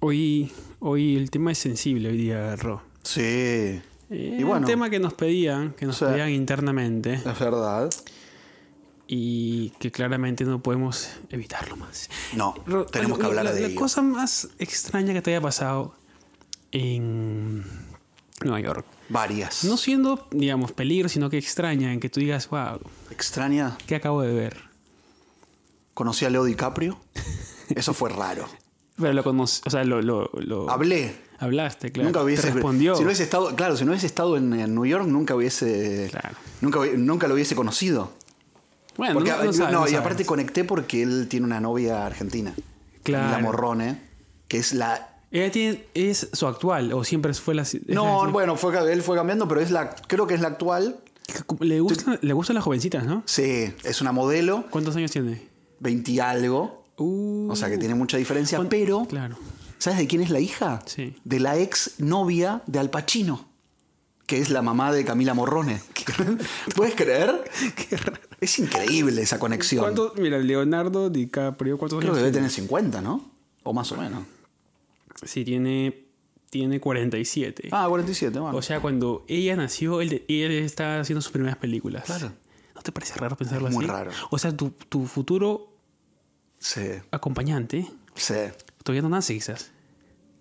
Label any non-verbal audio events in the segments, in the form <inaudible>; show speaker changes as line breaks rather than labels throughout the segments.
Hoy, hoy el tema es sensible, hoy día, Ro.
Sí.
Eh,
Y bueno. eh.
Un tema que nos pedían, que nos
Sí.
pedían internamente
Es verdad.
y que claramente no podemos evitarlo más.
No,
Ro,
tenemos
la-
que hablar
la-
de
La
ello.
cosa más extraña que te haya pasado en Nueva York.
Varias.
No siendo, digamos, peligro, sino que extraña, en que tú digas, wow,
Extraña.
¿qué acabo de ver?
Conocí a Leo DiCaprio. Eso fue raro.
Pero lo conocí, o sea, lo, lo- lo-
Hablé.
hablaste, Oh. claro.
nunca hubiese
Te respondió.
Si no hubiese estado, claro, si no hubiese estado en, en New York, nunca hubiese,
Claro.
nunca, hubi- nunca lo hubiese conocido.
Bueno,
Porque, ah,
no,
no,
no sabes, no
y
sabes.
aparte conecté porque él tiene una novia argentina.
Claro.
La Morrone, que es la.
Ella tiene, es su actual, o siempre fue la. es
No,
la-
bueno, fue, él fue cambiando, pero es la, creo que es la actual.
Le gustan, le gustan las jovencitas, ¿no?
Sí, es una modelo,
¿Cuántos años tiene?
20 y algo.
Uh,
O sea que tiene mucha diferencia,
¿cuán-
pero.
Claro.
¿Sabes de quién es la hija?
Sí.
De la ex novia de Al Pacino, que es la mamá de Camila Morrone. <laughs> ¿Puedes creer? Es increíble esa conexión.
¿Cuántos, mira, Leonardo DiCaprio, ¿cuántos
Creo que
años
debe tener 50, ¿no? O más o menos.
tiene? Sí, tiene, tiene 47.
Ah, 47, bueno.
O sea, cuando ella nació, él, él estaba haciendo sus primeras películas.
Claro.
¿No te parece raro pensarlo
muy
así?
raro.
O sea, tu, tu futuro
Sí,
acompañante
sí.
todavía no nace, quizás.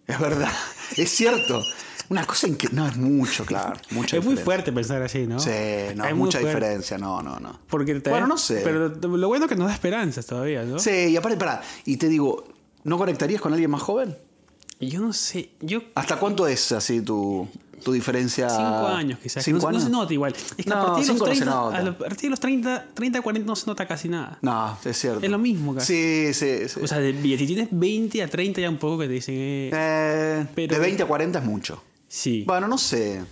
Es verdad. <laughs> Es cierto. Una cosa en que no es mucho,
<laughs>
claro. Mucha
es muy
diferencia.
fuerte pensar así, ¿no?
Sí, no,
Es muy
mucha
fuerte.
diferencia. No, no, no.
Porque te-
Bueno, no sé.
Pero lo bueno es que nos da esperanzas todavía, ¿no?
Sí, y aparte, pará. Y te digo, ¿no conectarías con alguien más joven?
Y Yo no sé, yo
¿Hasta cuánto es así tu, tu diferencia?
cinco años quizás. que
Ah, ¿Cinco
no,
años?
no se nota igual. Es que
No,
a partir de los
cinco no se
30,
nota.
a la- a partir de los 30, 30, 40 no se nota casi nada.
No, es cierto.
Es lo mismo casi.
Sí, sí, sí.
O sea, de, si tienes 20 a 30 ya un poco que te dicen... eh,
Eh,
pero-
de 20 a 40 es mucho.
sí.
Bueno, no sé.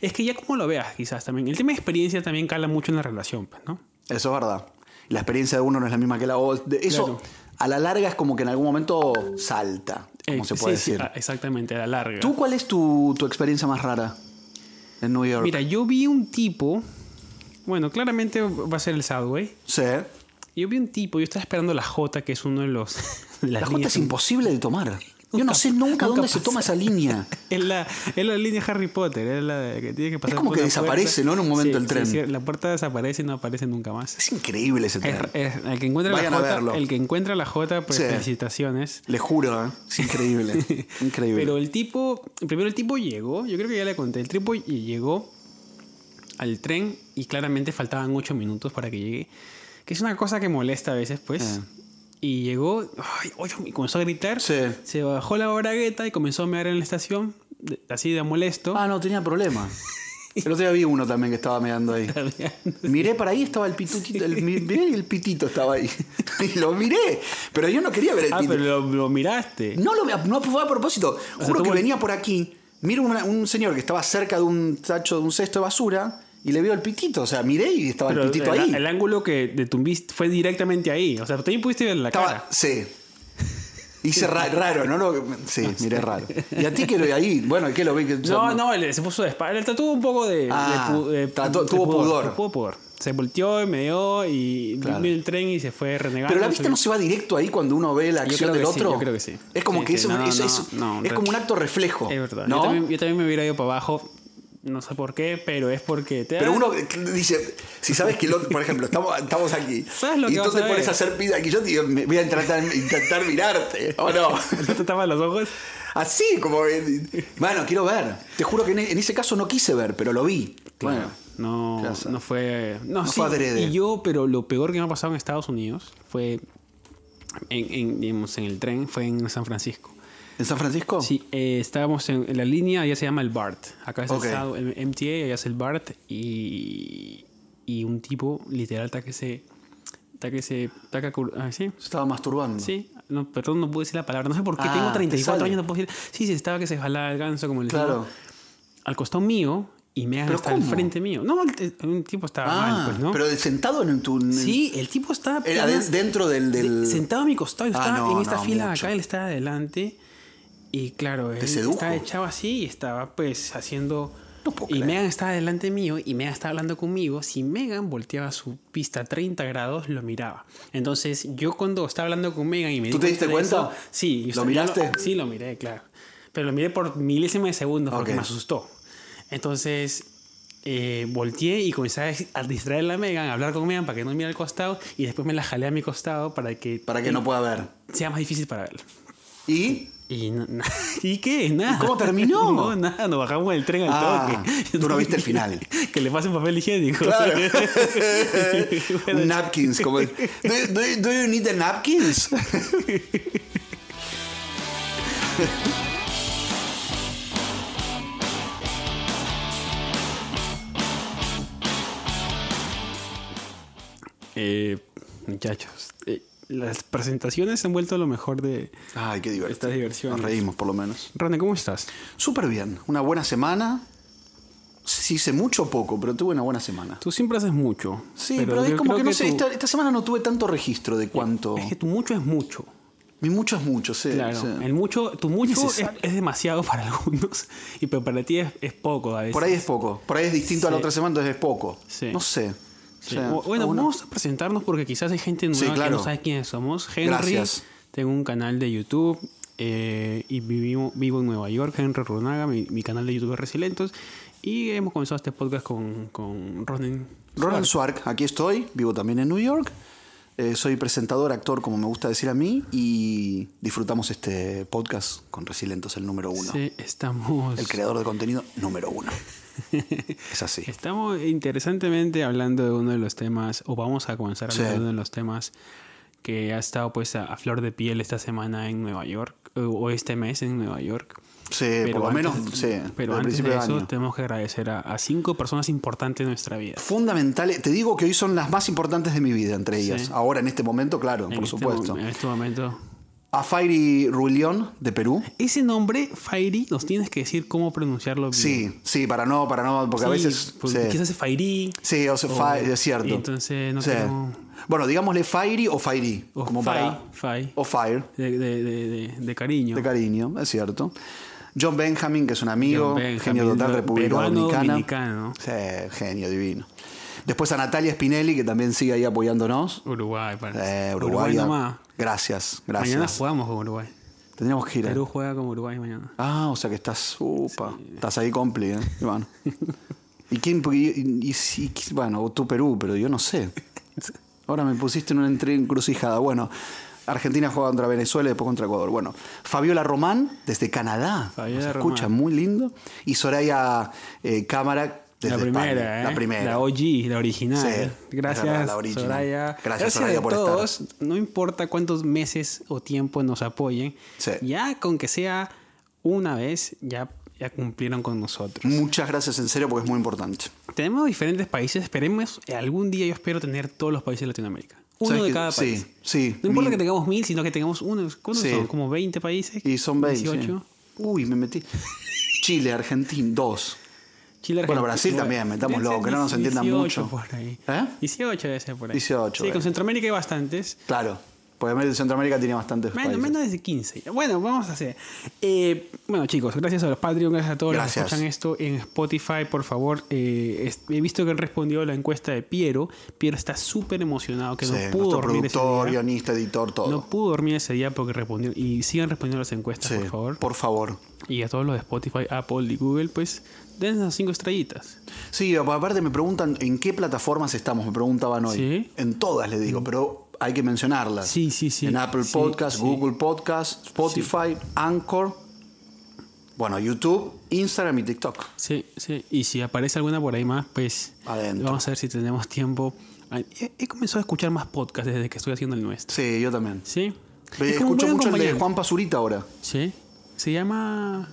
Es que ya como lo veas quizás también. El tema de experiencia también cala mucho en la relación, pues, ¿no?
Eso es verdad. La experiencia de uno no es la misma que la otra. Eso
Claro.
a la larga es como que en algún momento salta, como
Eh,
se puede
sí, sí,
decir.
ah, exactamente, a la larga.
¿Tú cuál es tu, tu experiencia más rara en New York?
Mira, yo vi un tipo... Bueno, claramente va a ser el Subway.
Sí.
Yo vi un tipo, yo estaba esperando la J, que es uno de los... <laughs> de las
La J
líneas
es imposible de tomar. Yo no
Nunca-
sé nunca,
nunca
dónde se
pasa.
toma esa línea.
Es la, es la línea Harry Potter, es la de que tiene que pasar.
como
por
que
una
desaparece, ¿no? En un momento el tren.
la puerta desaparece y no aparece nunca más.
Es increíble ese
Es-
tren.
es- el, que encuentra
Vayan a
la
verlo.
J, el que encuentra la J, pues
Sí.
felicitaciones.
Le juro, ¿eh?
<laughs>
es increíble. increíble.
Pero el tipo, primero el tipo llegó, yo creo que ya le conté, el tipo y- llegó al tren y claramente faltaban ocho minutos para que llegue, que es una cosa que molesta a veces, pues.
Ah.
Y llegó, ay, ocho, y comenzó a gritar,
Sí.
se bajó la bragueta y comenzó a mear en la estación, de- así de molesto. <laughs>
Ah, no, tenía problema. El otro día vi uno también que estaba meando ahí. Miré para ahí, estaba el pitutito, el, mi- miré y el pitito estaba ahí. <laughs> Y lo miré, pero yo no quería ver el
Ah,
pitito.
pero lo, lo miraste.
No lo no fue a propósito. Juro
tú
que
vol-
venía por aquí, miro una- un señor que estaba cerca de un tacho, de un cesto de basura, y le veo el pitito. O sea, miré y estaba
Pero
el pitito ahí.
el, el ángulo que de tu vista fue directamente ahí. O sea, también pudiste ver la
Estaba-
cara.
sí. Hice ra- raro, ¿no? Lo- sí, miré raro. ¿Y a ti que lo ahí? Bueno, ¿qué lo vi? Que-
No, no, él se puso de espalda. Él tuvo un poco de.
Ah,
de pu- de-
trató-
de
tuvo pudor.
de- Tuvo pudor. Se volteó y me dio y
Claro.
vino el tren y se fue renegando.
Pero la vista no se va directo ahí cuando uno ve la
Yo
acción
creo
del
que sí,
otro.
yo creo que sí.
Es como
Sí,
que
sí,
eso,
no,
eso-
no,
eso-
no,
es como un acto reflejo.
Es verdad.
¿no?
Yo, también, yo también me hubiera ido para abajo. No sé por qué, pero es porque te
Pero
da-
uno dice, si sabes que el otro, por ejemplo, estamos, estamos aquí.
¿Sabes lo
y
que vas
entonces
a ver?
pones a hacer pida aquí. Yo te digo, me- voy a intentar, intentar mirarte.
<laughs>
¿O no?
<laughs> te tapa los ojos.
Así como. que- Bueno, quiero ver. Te juro que en, e, en ese caso no quise ver, pero lo vi. Bueno.
No,
¿qué haces?
no fue. No,
No
sí,
fue adrede.
Y yo, pero lo peor que me ha pasado en Estados Unidos fue. En, en, digamos, en el tren, fue en San Francisco.
¿En San Francisco?
Sí, eh, estábamos en, en la línea, allá se llama el BART. Acá es
Ok.
el, Sado- el MTA, allá es el BART. Y, y un tipo, literal, está que se. Está que se. Está que cur- ah, ¿sí?
Se estaba masturbando.
Sí, no, perdón, no pude decir la palabra. No sé por qué,
Ah,
tengo
te
34
sale.
años, no puedo decir. Sí, sí, estaba que se jalaba el ganso, como le
Claro.
decimos, Al costado mío y me
¿Pero
hasta al
cómo?
frente mío. No, el, el- un tipo estaba
Ah,
mal, pues, ¿no?
pero sentado en tu. en-
sí, el tipo estaba.
Era
apenas-
de- dentro del- del-
de- sentado a mi costado, yo
Ah,
estaba
no,
en esta
no,
fila
mucho.
acá, él estaba adelante. Y claro, él
sedujo?
estaba echado así y estaba pues haciendo.
No puedo
Y
creer.
Megan estaba delante mío y Megan estaba hablando conmigo. Si Megan volteaba su pista a 30 grados, lo miraba. Entonces, yo cuando estaba hablando con Megan y me
¿Tú
di
te diste
de eso,
cuenta?
sí. y
¿Lo
yo
miraste?
sí, lo miré, claro. Pero lo miré por milésima de segundos porque
Ok.
me asustó. Entonces, eh, volteé y comencé a distraer a Megan, a hablar con Megan para que no mire al costado y después me la jalé a mi costado para que,
Para que no pueda ver.
sea más difícil para verlo.
¿Y?
¿Y, no- <laughs> na- ¿y qué? Nada.
cómo
<laughs>
terminó?
No, nada, nos bajamos del tren al
Ah,
toque.
tú no viste el final.
<laughs> Que le pasen papel higiénico.
Claro.
<laughs>
<laughs> napkins, como. el- ¿Do, do- do you need the napkins?
Eh, muchachos, eh, las presentaciones han vuelto lo mejor de.
Ay, qué divertido.
Estas diversiones.
Nos reímos, por lo menos.
Ronnie, ¿cómo estás?
Súper bien. Una buena semana. Sí, hice mucho o poco, pero tuve una buena semana.
Tú siempre haces mucho.
Sí, pero, es
yo
como
creo
que no sé.
tu-
Esta, esta semana no tuve tanto registro de cuánto.
Es que tu mucho es mucho.
Mi mucho es mucho, sí.
Claro.
sí.
El mucho, tu mucho es,
Necesario.
es demasiado <laughs> para algunos, y pero para ti es, es poco a veces.
Por ahí es poco. Por ahí es distinto a la otra semana, entonces es poco.
Sí.
No sé. O
Sí.
sea,
Bu- bueno,
está
vamos a presentarnos porque quizás hay gente nueva
Ah, Sí,
que
claro.
no sabe quiénes somos. Henry,
Gracias.
tengo un canal de YouTube eh, y vivo, vivo en Nueva York, Henry Runaga, mi, mi canal de YouTube es Resilentos. Y hemos comenzado este podcast con, con Ronen.
Ronald Swark, aquí estoy, vivo también en New York. Eh, soy presentador, actor, como me gusta decir a mí, y disfrutamos este podcast con Resilientos, el número uno.
Sí, estamos,
El creador de contenido
<laughs>
número uno. es así.
estamos interesantemente hablando de uno de los temas, o vamos a comenzar hablando
Sí.
de uno de los temas que ha estado pues a, a flor de piel esta semana en Nueva York, o- o este mes en Nueva York.
Sí,
Pero
Eh, por lo
antes-
menos, sí,
Pero
al
antes
principio
de
de
eso,
año.
tenemos que agradecer a, a cinco personas importantes de nuestra vida.
Fundamentales, te digo que hoy son las más importantes de mi vida, entre ellas.
Sí.
Ahora, en este momento, claro,
En
por
este
supuesto.
mom- en este momento.
A Fairy Rulión, de Perú.
Ese nombre, Fairi, nos tienes que decir cómo pronunciarlo bien.
Sí, sí, para no, para no, porque a
Sí,
veces.
pues,
sí.
Quizás es Fairi.
Sí, o sea, Fa- es cierto.
y entonces no
Sí.
tenemos-
Bueno, digámosle Fiery o Fiery.
O
como
Fai,
para-
Fai,
O Fire,
de, de- de- de- de cariño.
de cariño, es cierto. John Benjamin, que es un amigo,
John Benjamin,
genio total,
lo-
República
peruano,
Dominicana.
dominicano.
Sí, genio divino. Después a Natalia Spinelli, que también sigue ahí apoyándonos.
Uruguay, parece.
Eh,
Uruguay
Uruguaya.
nomás.
Gracias,
Mañana
gracias.
jugamos con Uruguay.
Tendríamos que ir. eh.
Perú juega con Uruguay mañana.
Ah, o sea que estás. Upa, estás ahí compli, ¿eh?
<laughs>
Y Bueno. ¿Y quién? Porque yo- y- y- y- bueno, tú Perú, pero yo
<laughs>
no sé. Ahora me pusiste en una entre- encrucijada. Bueno, Argentina juega contra Venezuela y después contra Ecuador. Bueno, Fabiola Román, desde Canadá.
Fabiola
Nos escucha,
Román.
muy lindo. Y Soraya eh, Cámara, desde
la primera,
España.
¿eh?
La primera.
La OG, la original.
Sí,
¿eh?
es
Gracias,
verdad, la original.
Soraya.
Gracias, Soraya,
a
por
todos. No importa cuántos meses o tiempo nos apoyen.
Sí.
Ya con que sea una vez, ya, ya cumplieron con nosotros.
Muchas gracias en serio porque es muy importante.
Tenemos diferentes países. Esperemos, algún día yo espero tener todos los países de Latinoamérica. Uno
¿Sabes
de
qué?
cada país.
Sí, sí.
No importa que
Mil.
tengamos mil, sino que tengamos uno. ¿Cuántos
Sí.
son? ¿Como 20 países?
Y son 20. sí.
18.
Uy,
<laughs>
me metí. Chile, Argentina, dos.
Chile,
Bueno, Brasil
Argentina.
también, metámoslo,
Deben ser
que no nos entiendan
18
mucho.
Por ahí.
¿Eh?
18 debe ser por ahí.
18,
Sí,
eh.
con Centroamérica hay bastantes.
Claro. Porque Centroamérica tiene bastantes
Menos,
países.
menos de 15. Bueno, vamos a hacer. Eh, bueno, chicos, gracias a los Patreon, gracias a todos
Gracias.
los que escuchan esto en Spotify, por favor. eh, es- he visto que han respondido a la encuesta de Piero. Piero está súper emocionado que
Sí,
no pudo
nuestro
dormir ese
productor,
día.
guionista, editor, todo.
No pudo dormir ese día porque respondió. Y sigan respondiendo a las encuestas,
Sí,
por favor.
Por favor.
Y a todos los de Spotify, Apple y Google, pues dennos las 5 estrellitas.
Sí, aparte me preguntan en qué plataformas estamos, me preguntaban hoy.
Sí. Mm.
En todas le digo, pero hay que mencionarlas.
Sí, sí, sí.
En Apple
Sí,
Podcast,
sí.
Google Podcast, Spotify, Anchor, bueno, YouTube, Instagram y TikTok.
Sí, sí. Y si aparece alguna por ahí más, pues
Adentro.
vamos a ver si tenemos tiempo. Ay, He, he comenzado a escuchar más podcasts desde que estoy haciendo el nuestro.
Sí, yo también.
Sí.
Ve,
como un buen
Escucho mucho el de
acompañante.
Juan Pasurita ahora.
Sí. Se llama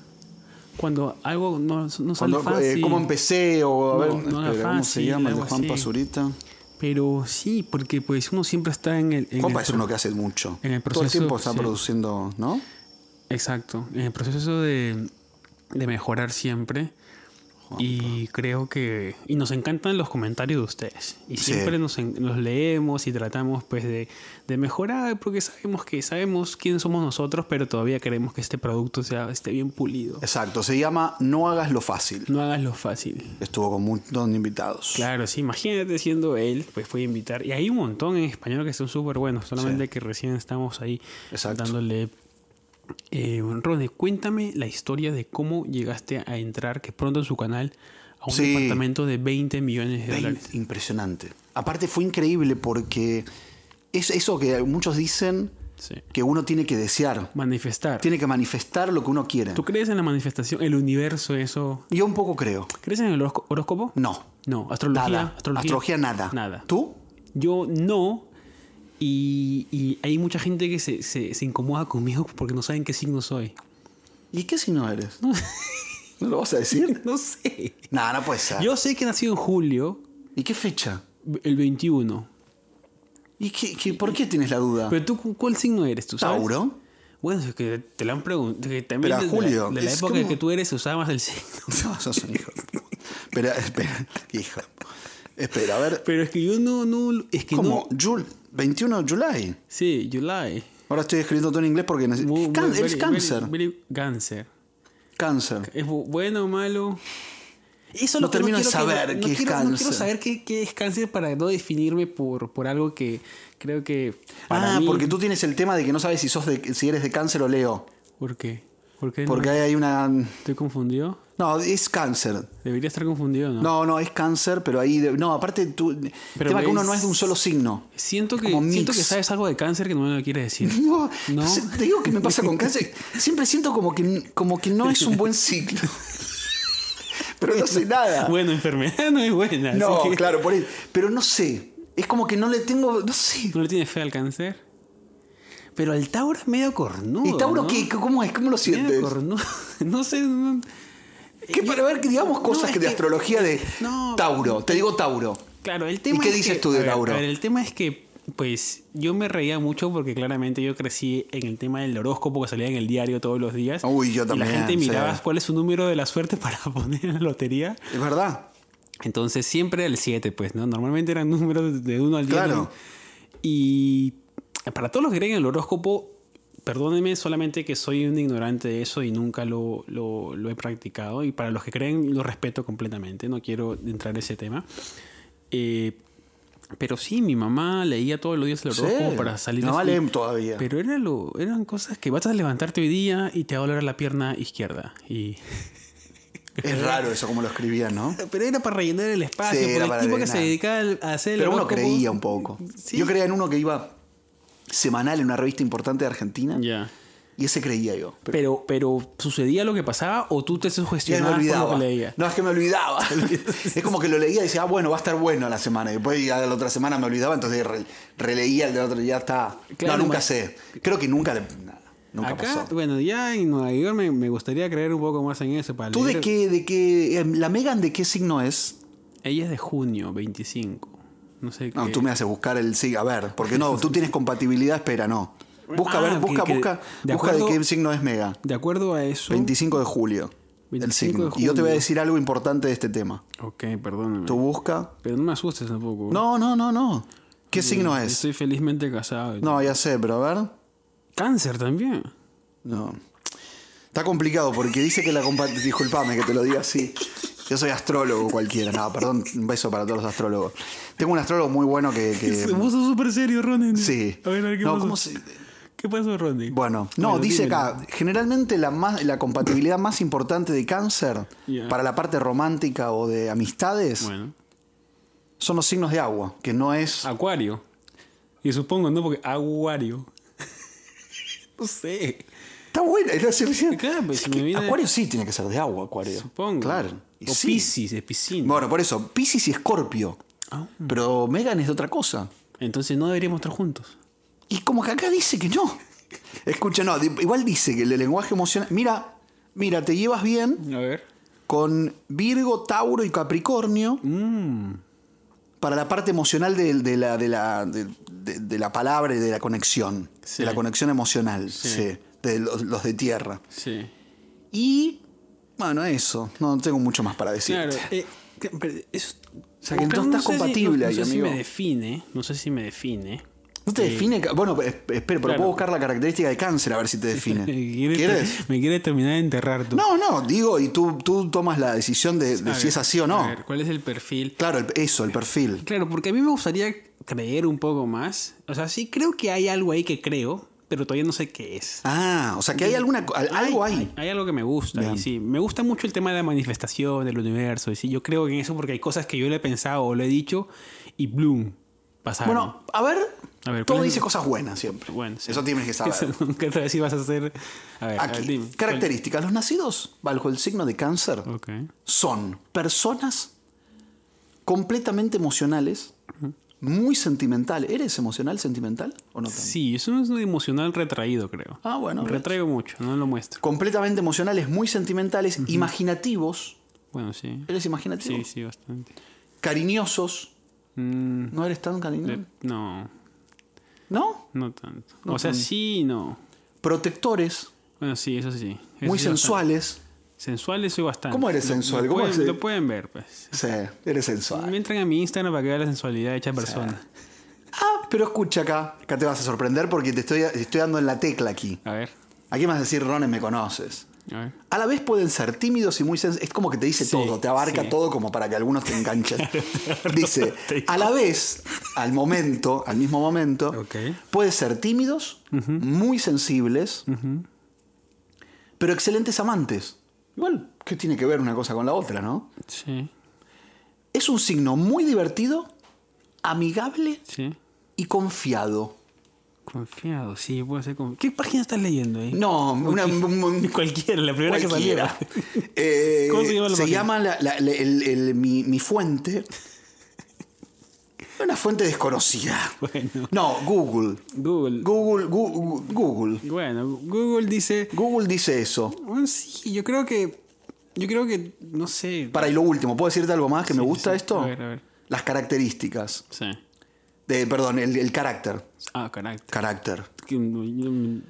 cuando algo no, no sale
Cuando, eh,
fácil.
¿Cómo empecé? O a
No,
ver,
no era
espera, ¿cómo se
fácil,
llama el de
algo
Juan
así.
Pasurita?
Pero sí, porque pues uno siempre está en el, en
Juanpa
el
es
pro-
uno que hace mucho.
en el
Todo el
proceso,
tiempo está
sí.
produciendo, ¿no?
exacto, en el proceso de, de mejorar siempre. Y creo que. Y nos encantan los comentarios de ustedes. Y siempre nos, en- los leemos y tratamos pues de, de mejorar, porque sabemos que sabemos quién somos nosotros, pero todavía queremos que este producto sea, esté bien pulido.
Exacto, se llama No hagas lo fácil.
No hagas lo fácil.
Estuvo con un montón de invitados.
Claro, sí, imagínate siendo él, pues puede invitar. Y hay un montón en español que son súper buenos, solamente
Sí.
que recién estamos ahí
Exacto.
dándole. Eh, Rone, cuéntame la historia de cómo llegaste a entrar, que pronto en su canal, a un
Sí.
departamento de 20 millones de
Vein-
dólares.
Impresionante. Aparte fue increíble porque es eso que muchos dicen
Sí.
que uno tiene que desear,
Manifestar.
tiene que manifestar lo que uno quiere.
¿Tú crees en la manifestación, el universo, eso?
Yo un poco creo.
¿Crees en el horosco- horóscopo?
No.
No, astrología.
nada.
Astrología,
nada.
Nada.
¿Tú?
Yo no. Y, y hay mucha gente que se, se, se incomoda conmigo porque no saben qué signo soy. <laughs>
¿Y qué signo eres? ¿No lo vas a decir?
No sé.
no, no puede ser.
Yo sé que nací en julio,
¿Y qué fecha?
el 21.
¿Y qué, qué- por qué tienes la duda?
Pero tú, ¿cu- ¿cuál signo eres? ¿Tú sabes?
Tauro. <laughs>
Bueno, es que te lo han preguntado. que También
Pero a
de la-
julio,
De la,
es
época
como-
que tú eres se usaba más el signo. <laughs>
No, sos un hijo. de puta. Espera, espera, hijo. Espera, a ver.
Pero es que yo no, no, es que
¿Cómo?
no.
Jul- 21 de July.
Sí, July.
Ahora estoy escribiendo todo en inglés porque neces-
Muy-
Can-
muy-
eres
very-
cáncer.
very- very cáncer.
Cáncer.
¿Es bu- bueno o malo? Eso es
No
lo que
termino de
quiero que-
saber
no
qué es
quiero, No quiero
cáncer.
saber qué, qué es cáncer para no definirme por, por algo que creo que para
ah,
mí...
porque tú tienes el tema de que no sabes si sos de, si eres de cáncer o Leo.
¿Por qué? ¿Por qué no?
Porque ahí hay una.
¿Estoy confundido?
No, es cáncer.
Debería estar confundido, ¿no?
No, no, es cáncer, pero ahí. de- No, aparte tú.
Pero
tema que uno
es-
no es de un solo signo. <laughs>
Siento que,
como
siento
mix.
que sabes algo de cáncer que no me lo quieres
<laughs>
decir.
No,
No.
se- te digo que me pasa con cáncer. Siempre siento como que, como que no es un buen signo. <laughs> Pero no sé nada.
bueno, enfermedad no es buena. así
No,
que-
claro, por eso. Pero no sé. Es como que no le tengo. No sé.
¿No le tienes fe al cáncer? Pero el Tauro es medio cornudo,
¿Y Tauro
¿no?
qué? ¿Cómo es? ¿Cómo
Medio
lo sientes?
cornudo. <laughs> No sé... no-
Que para ver que digamos cosas
es
que de
que-
astrología de
no.
Tauro. Te digo Tauro.
Claro, el tema
¿Y qué
es
dices
que-
tú de
a ver,
Tauro?
a ver, el tema es que, pues, yo me reía mucho porque claramente yo crecí en el tema del horóscopo que salía en el diario todos los días.
Uy, yo
Y
también,
la gente
sí.
miraba cuál es su número de la suerte <laughs> para poner en la lotería.
Es verdad.
Entonces, siempre el 7, pues, ¿no? Normalmente eran <laughs> números de 1 al 10.
Claro.
Y para todos los que creen en el horóscopo, perdónenme solamente que soy un ignorante de eso y nunca lo, lo- lo he practicado. Y para los que creen, lo respeto completamente. No quiero entrar en ese tema. Eh, pero sí, mi mamá leía todos los días el
Sí.
horóscopo para salir
Mi mamá
de
lee todavía.
Pero era lo, eran cosas que vas a levantarte hoy día y te va a doler la pierna izquierda. Y
Es raro eso como lo escribían, ¿no?
pero era para rellenar el espacio.
Sí,
por
era
el
para
tipo que se
rellenar.
dedicaba al- a hacer el
Pero uno
horóscopo.
creía un poco.
Sí.
Yo creía en uno que iba semanal en una revista importante de Argentina.
Ya.
Y ese creía yo. Pero
Pero, pero sucedía lo que pasaba o tú te
ya me
sugestionabas por lo
olvidaba.
que leías.
No, es que me
<laughs>
olvidaba. es como que lo leía y decía, ah, bueno, va a estar bueno la semana. Y después ya la otra semana me olvidaba, entonces re- releía el de otro y ya está.
Claro,
no, nunca
más-
sé. Creo que nunca, le- nada, nunca
Acá,
pasó.
bueno, ya en Nueva York me, me gustaría creer un poco más en eso. Para
¿Tú de
leer-
qué, de qué, eh, la Megan de qué signo es?
Ella es de junio 25. No sé qué.
No, tú me haces buscar el sí, a ver, porque no, tú tienes compatibilidad, espera, no. Busca, a
Ah,
ver,
que-
busca,
que-
busca,
de
busca de
acuerdo-
qué signo es Mega.
De acuerdo a eso.
25 de julio.
25
el signo.
de
Y yo te voy
julio.
a
Mm.
decir algo importante de este tema.
Ok, perdóname.
Tú busca.
Pero no me asustes tampoco.
No, no, no, no. ¿Qué signo
Yo
es?
Estoy felizmente casado.
No, ya sé, pero a ver.
Cáncer también.
No. Está complicado porque dice que la compatibilidad. <laughs> Disculpame que te lo diga así. Yo soy astrólogo cualquiera. No, perdón, un beso para todos los astrólogos. Tengo un astrólogo muy bueno que.
<laughs>
que-
Se puso súper serio, Ronen.
Eh, Sí.
A ver, a ver qué
No,
pasó.
¿cómo se-
¿Qué pasó, Ronen?
Bueno, no,
Bueno,
dice
dímelo.
acá, generalmente la, más, la compatibilidad más importante de cáncer
Ya.
para la parte romántica o de amistades
Bueno. Ah.
son los signos de agua, que no es...
Acuario. Y supongo, ¿no? Porque aguario. <laughs> no sé.
Está buena, es decir, sí,
Claro, pues,
sí
se
que
me viene-
Acuario sí tiene que ser de agua, Acuario.
Supongo.
Claro. y
O
sí.
Piscis, de piscina.
Bueno, por eso, Piscis y Escorpio.
Ah.
Pero Megan es de otra cosa.
Entonces no deberíamos estar juntos.
Y como que acá dice que no. Escucha, no, di- igual dice que el lenguaje emocional... Mira, mira, te llevas bien,
A ver.
con Virgo, Tauro y Capricornio.
Mm.
Para la parte emocional de, de la, de, la, de, de- de la palabra y de la conexión.
Sí.
De la conexión emocional, sí.
Sí.
De los, los de tierra.
Sí.
Y Bueno, eso. No tengo mucho más para decir.
Claro. eh, que- pero es-
O sea, que
pero
no estás
sé si-
compatible
no-
ahí,
no sé
amigo.
Si me define, no sé si me define.
No te define. ca- Bueno, es- espera, pero
Claro.
puedo buscar la característica de cáncer a ver si te
<laughs>
define.
Quiere-
¿Quieres?
Me quiere terminar de enterrar tú.
No, no, digo, y tú, tú tomas la decisión de, de
A
si
ver,
es así o
a
no.
ver, ¿Cuál es el perfil?
Claro, el- eso, el perfil.
Claro, porque a mí me gustaría creer un poco más. O sea, sí creo que hay algo ahí que creo, pero todavía no sé qué es.
Ah, o sea, que hay alguna co- al- algo
hay,
ahí.
hay algo que me gusta.
Bien.
Y sí, me gusta mucho el tema de la manifestación, del universo. Y sí, yo creo en eso porque hay cosas que yo le he pensado o le he dicho y bloom. Pasaron.
Bueno, a ver,
A ver,
todo
¿cuál es-
dice cosas buenas siempre.
Bueno, sí. <laughs>
Eso tienes que saber.
Eso nunca te vas a hacer. A ver, a ver,
Aquí,
Eh, dime.
características. Los nacidos bajo el signo de cáncer
Ok.
son personas completamente emocionales, muy sentimentales. ¿Eres emocional, sentimental o no? tanto?
Sí, eso es un emocional retraído, creo.
Ah, bueno.
Me
¿ves?
Retraigo mucho, no lo muestro.
Completamente emocionales, muy sentimentales, imaginativos.
Bueno, sí.
¿Eres imaginativo?
Sí, sí, bastante.
Cariñosos.
Mm,
¿No eres tan cariñoso?
de- no,
¿No?
no tanto.
No
o sea,
tanto.
sí y no.
Protectores,
Bueno, sí, eso sí. Eso
muy
sí, bastante.
sensuales.
Sensuales soy bastante.
¿Cómo eres
Lo-
sensual?
Lo,
¿Cómo
pueden,
es?
lo pueden ver, pues.
Sí, eres sensual.
Me entran a mi Instagram para que vean la sensualidad hecha persona.
Ah, pero escucha acá. Acá te vas a sorprender porque te estoy, te estoy dando en la tecla aquí.
A ver,
Aquí vas a decir, Ronen, me conoces.
a ver.
A la vez pueden ser tímidos y muy sensuales. Es como que te dice
Sí,
todo, te abarca
sí.
todo como para que algunos te
<laughs>
enganchen. <laughs> dice, a la vez, al momento, al mismo momento,
Ok.
pueden ser tímidos, muy sensibles, pero excelentes amantes. Igual, ¿qué tiene que ver una cosa con la otra, no?
Sí,
Es un signo muy divertido, amigable
sí.
y confiado.
Confiado, sí, puede ser confiado. ¿Qué página estás leyendo ahí? <laughs>
No, una, un- un-
Cualquiera, la primera
cualquiera.
que saliera. <laughs>
Eh,
¿Cómo se llama la página?
la- la- la- el- el- mi, mi fuente. Una fuente desconocida.
Bueno,
No, Google.
Google.
Google, Gu- Google.
Bueno, Google dice.
Google dice eso.
"Bueno, sí, yo creo que. Yo creo que. No sé.
Para y lo último, ¿puedo decirte algo más que me gusta
sí.
esto?
A ver, a ver.
Las características.
Sí.
De, perdón, el, el carácter.
Ah, carácter.
Carácter.
Que no- yo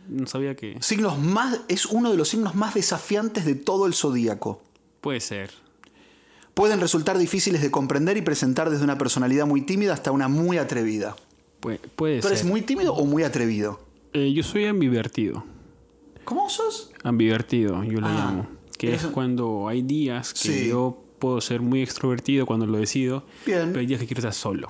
no sabía que.
Signos más. Es uno de los signos más desafiantes de todo el zodíaco.
Puede ser.
Pueden resultar difíciles de comprender y presentar desde una personalidad muy tímida hasta una muy atrevida.
Puede, puede
¿Tú eres
ser.
muy tímido o muy atrevido?
Eh, yo soy ambivertido.
¿Cómo sos?
Ambivertido, yo lo
Ah,
llamo. Que
eres
es
un-
cuando hay días que
Sí.
yo puedo ser muy extrovertido cuando lo decido.
Bien.
Pero hay días que quiero estar solo.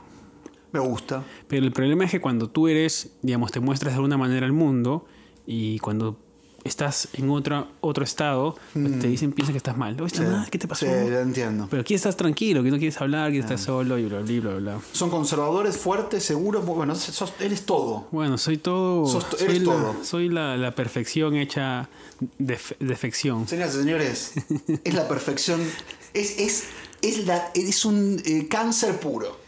Me gusta.
Pero el problema es que cuando tú eres, digamos, te muestras de alguna manera al mundo y cuando estás en otra, otro estado, pues, te dicen, piensan que estás mal. "Oye, estás mal, Ah, ¿Qué te pasó?
Mm. Sí, Ah. lo entiendo.
Pero aquí estás tranquilo, que no quieres hablar, que estás solo y bla, bla, bla, bla.
Son conservadores, fuertes, seguros. muy- Bueno, sos- eres todo.
Bueno, soy todo.
Sos to-
soy
eres
la,
todo.
Soy la, la perfección hecha def- defección.
Señoras y
<laughs>
señores, es la perfección. Es, es, es, la, es un eh, cáncer puro.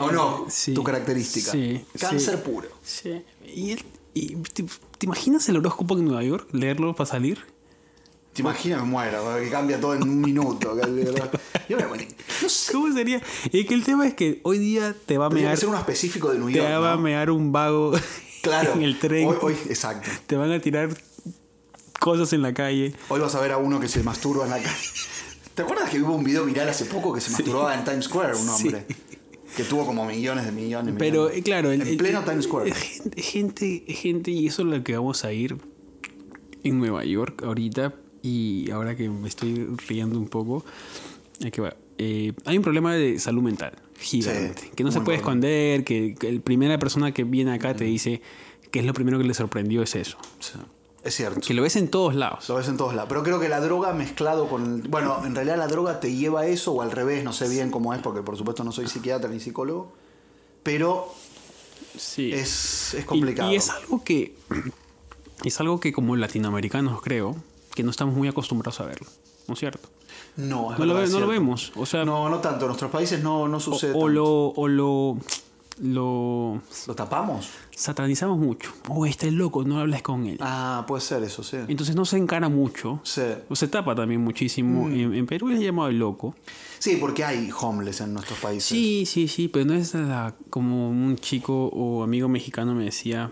¿O no?
eh, sí,
tu característica.
sí,
Cáncer
sí.
puro.
Sí. ¿Y, el- y te, te imaginas el horóscopo en Nueva York? ¿Leerlo para salir? <laughs>
Te imaginas, me muero, que cambia todo en un minuto. que- Yo me voy. No sé.
¿Cómo sería? Y que el tema es que hoy día te va a
Tiene que
mear,
ser uno específico de New
te
York.
va a
¿no?
mear un vago <laughs>
Claro.
en el tren.
Hoy, hoy- exacto.
Te van a tirar cosas en la calle.
Hoy vas a ver a uno que se masturba en la calle. ¿Te acuerdas que hubo un video viral hace poco que se masturbaba en Times Square un
Sí.
hombre? Que tuvo como millones de millones.
Pero
millones.
eh, claro, el-
en
el-
pleno
el- eh,
Times Square.
Gente, gente, gente, y eso es lo que vamos a ir en Nueva York ahorita. Y ahora que me estoy riendo un poco, hay, que va- eh, hay un problema de salud mental gigante,
Sí,
que no se
muy
puede
importante.
esconder, que, que la primera persona que viene acá te dice que es lo primero que le sorprendió es eso.
Sí, Es cierto.
Que lo ves en todos lados.
Lo ves en todos lados. Pero creo que la droga mezclado con. Bueno, en realidad la droga te lleva a eso o al revés, no sé bien cómo es, porque por supuesto no soy psiquiatra ni psicólogo. Pero
Sí.
es, es
Y-
complicado.
Y, es algo que es algo que como latinoamericanos creo que no estamos muy acostumbrados a verlo, ¿no es cierto?
no, es
No Pues lo,
verdad,
ve-
es
no lo
cierto.
vemos, o sea,
No, no tanto. En nuestros países no, no
o,
sucede.
o
tanto.
lo o lo lo
¿Lo tapamos?
satanizamos mucho. Oh, este es loco, no hables con él.
Ah, puede ser eso, sí.
Entonces no se encara mucho.
Sí.
O se tapa también muchísimo.
Mm.
En, en Perú es llamado el loco.
Sí, porque hay homeless en nuestros países.
Sí, sí, sí, pero no es la- como un chico o amigo mexicano me decía,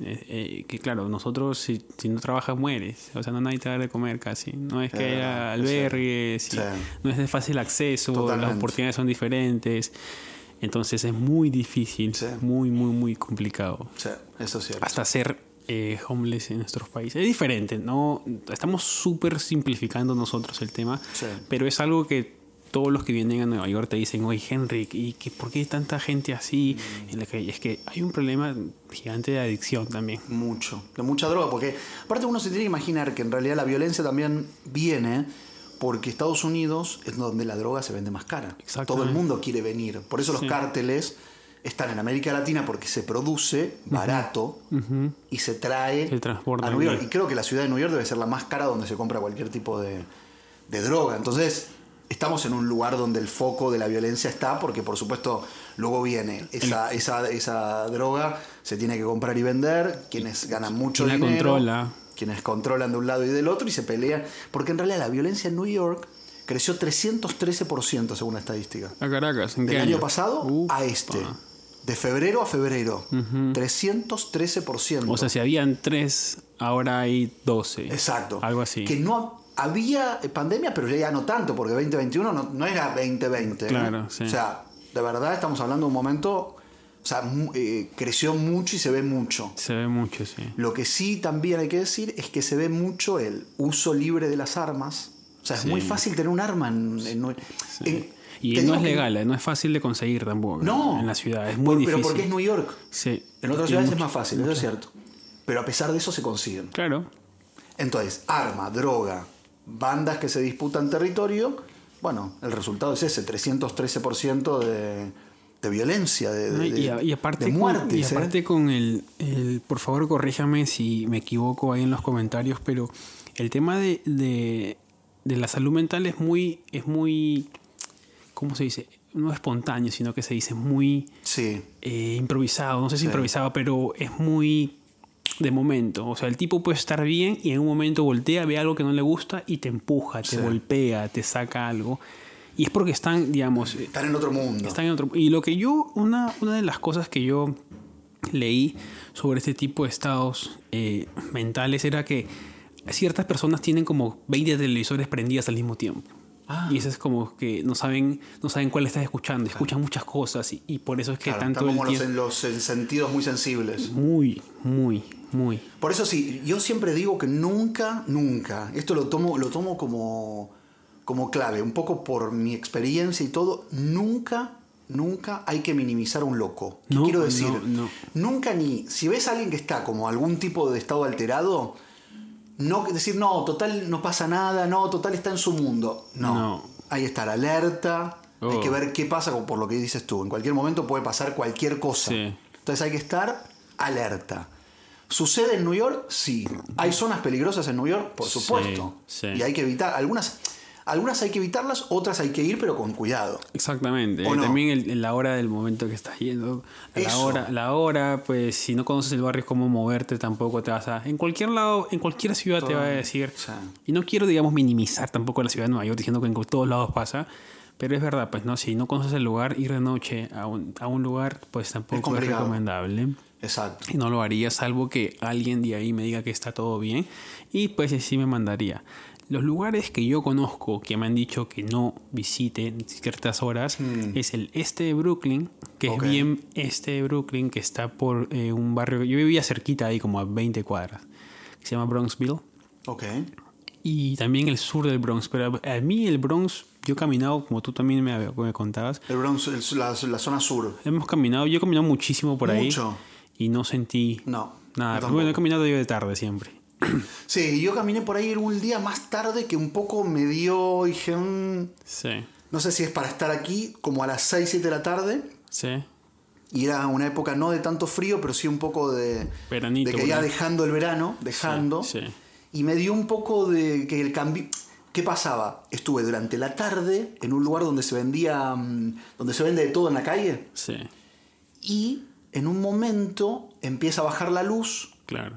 Eh, eh, que claro, nosotros si, si no trabajas mueres, o sea, no nadie te va a dar de comer casi. No es que
Es
haya
verdad, es cierto.
albergues, y
Sí.
no es de fácil acceso, las
Totalmente.
oportunidades son diferentes. Entonces es muy difícil,
Sí.
muy, muy, muy complicado.
Sí, eso es cierto.
Hasta ser eh, homeless en nuestros países. Es diferente, ¿no? Estamos súper simplificando nosotros el tema,
Sí.
pero es algo que todos los que vienen a Nueva York te dicen, oye, Henrik, ¿y qué, por qué hay tanta gente así
Mm.
en la calle? Es que hay un problema gigante de adicción también.
Mucho, de mucha droga, porque aparte uno se tiene que imaginar que en realidad la violencia también viene porque Estados Unidos es donde la droga se vende más cara.
Exactamente.
Todo el mundo quiere venir. Por eso los
Sí.
cárteles están en América Latina porque se produce barato y se trae
Se transporta
a Nueva York.
aquí.
Y creo que la ciudad de Nueva York debe ser la más cara donde se compra cualquier tipo de, de droga. Entonces, estamos en un lugar donde el foco de la violencia está, porque por supuesto luego viene esa, esa, esa droga, se tiene que comprar y vender, quienes ganan mucho
¿Quién la
dinero,
controla?
quienes controlan de un lado y del otro y se pelean, porque en realidad la violencia en New York creció 313% según la estadística.
A Caracas, ¿en qué
Del año pasado
Ufa.
a este. De febrero a febrero. 313%.
O sea, si habían tres, ahora hay doce.
Exacto.
Algo así.
Que no había pandemia, pero ya no tanto, porque 2021 no, no era 2020. ¿eh?
Claro, sí.
O sea, de verdad estamos hablando de un momento, o sea, mu- eh, creció mucho y se ve mucho.
Se ve mucho, sí.
Lo que sí también hay que decir es que se ve mucho el uso libre de las armas. O sea, es
Sí.
muy fácil tener un arma en... en-
Sí.
en-
y no
te digo
es
que-
legal, eh, no es fácil de conseguir tampoco.
No.
En la ciudad, es muy
Pero
difícil.
porque es New York.
Sí.
En
Tiene
otras ciudades es
mucho-
más fácil, eso es cierto. Pero a pesar de eso se consiguen.
Claro.
Entonces, arma, droga, bandas que se disputan territorio, bueno, el resultado es ese, 313% de, de violencia, de, de-
No, y,
de-
y aparte,
de
con, y
muertes. ¿eh?
aparte con el, el- Por favor, corríjame si me equivoco ahí en los comentarios, pero el tema de, de, de la salud mental es muy. Es muy ¿Cómo se dice? No espontáneo, sino que se dice muy
Sí,
eh, improvisado. No sé si
Sí.
improvisado, pero es muy de momento. O sea, el tipo puede estar bien y en un momento voltea, ve algo que no le gusta y te empuja, te
Sí.
golpea, te saca algo. Y es porque están, digamos,
están en otro mundo.
están en otro- Y lo que yo, una, una de las cosas que yo leí sobre este tipo de estados eh, mentales era que ciertas personas tienen como 20 televisores prendidas al mismo tiempo.
Ah.
Y eso es como que no saben, no saben cuál estás escuchando, escuchan muchas cosas y, y por eso es que
Claro,
tanto
están como
el
los,
tiempo...
en los en sentidos muy sensibles.
Muy, muy, muy.
Por eso sí, yo siempre digo que nunca, nunca, esto lo tomo, lo tomo como, como clave, un poco por mi experiencia y todo, nunca, nunca hay que minimizar a un loco. ¿Qué
No,
quiero decir?
no, no.
Nunca ni, si ves a alguien que está como algún tipo de estado alterado, no decir, no, total no pasa nada, no, total está en su mundo. No,
No.
hay que estar alerta, hay
Oh.
que ver qué pasa con- por lo que dices tú. En cualquier momento puede pasar cualquier cosa.
Sí.
Entonces hay que estar alerta. ¿Sucede en New York? Sí. ¿Hay zonas peligrosas en New York? Por
Sí,
supuesto.
sí.
Y hay que evitar. Algunas, algunas hay que evitarlas, otras hay que ir, pero con cuidado.
Exactamente.
¿O
eh,
no?
También el- el- la hora del momento que estás yendo. La
Eso.
hora, la hora, pues si no conoces el barrio, es cómo moverte tampoco te vas a. En cualquier lado, en cualquier ciudad te va a decir.
Sí.
Y no quiero, digamos, minimizar tampoco la ciudad de Nueva York diciendo que en todos lados pasa. Pero es verdad, pues no, si no conoces el lugar, ir de noche a un, a un lugar, pues tampoco es,
complicado.
recomendable.
Exacto.
Y no lo haría, salvo que alguien de ahí me diga que está todo bien. Y pues así me mandaría. Los lugares que yo conozco que me han dicho que no visite en ciertas horas es el este de Brooklyn, que
Mm. Ok.
es bien este de Brooklyn, que está por eh, un barrio. Yo vivía cerquita ahí, como a 20 cuadras, que se llama Bronxville.
Ok.
Y también el sur del Bronx. Pero a a mí el Bronx, yo he caminado, como tú también me, me contabas,
El Bronx, el- la, la zona sur.
hemos caminado, yo he caminado muchísimo por
Mucho.
ahí y no sentí
No.
Nada, pero
yo tampoco.
bueno, he caminado yo de tarde siempre.
Sí, yo caminé por ahí un día más tarde que un poco me dio, dije, "Mm,
Sí,
no sé si es para estar aquí, como a las 6, 7 de la tarde.
sí.
Y era una época no de tanto frío, pero sí un poco de,
Veranito,
de que ya
verano.
dejando el verano, dejando.
sí.
Y me dio un poco de que el cambio... ¿Qué pasaba? Estuve durante la tarde en un lugar donde se vendía, mm, donde se vende de todo en la calle
Sí,
y en un momento empieza a bajar la luz
claro.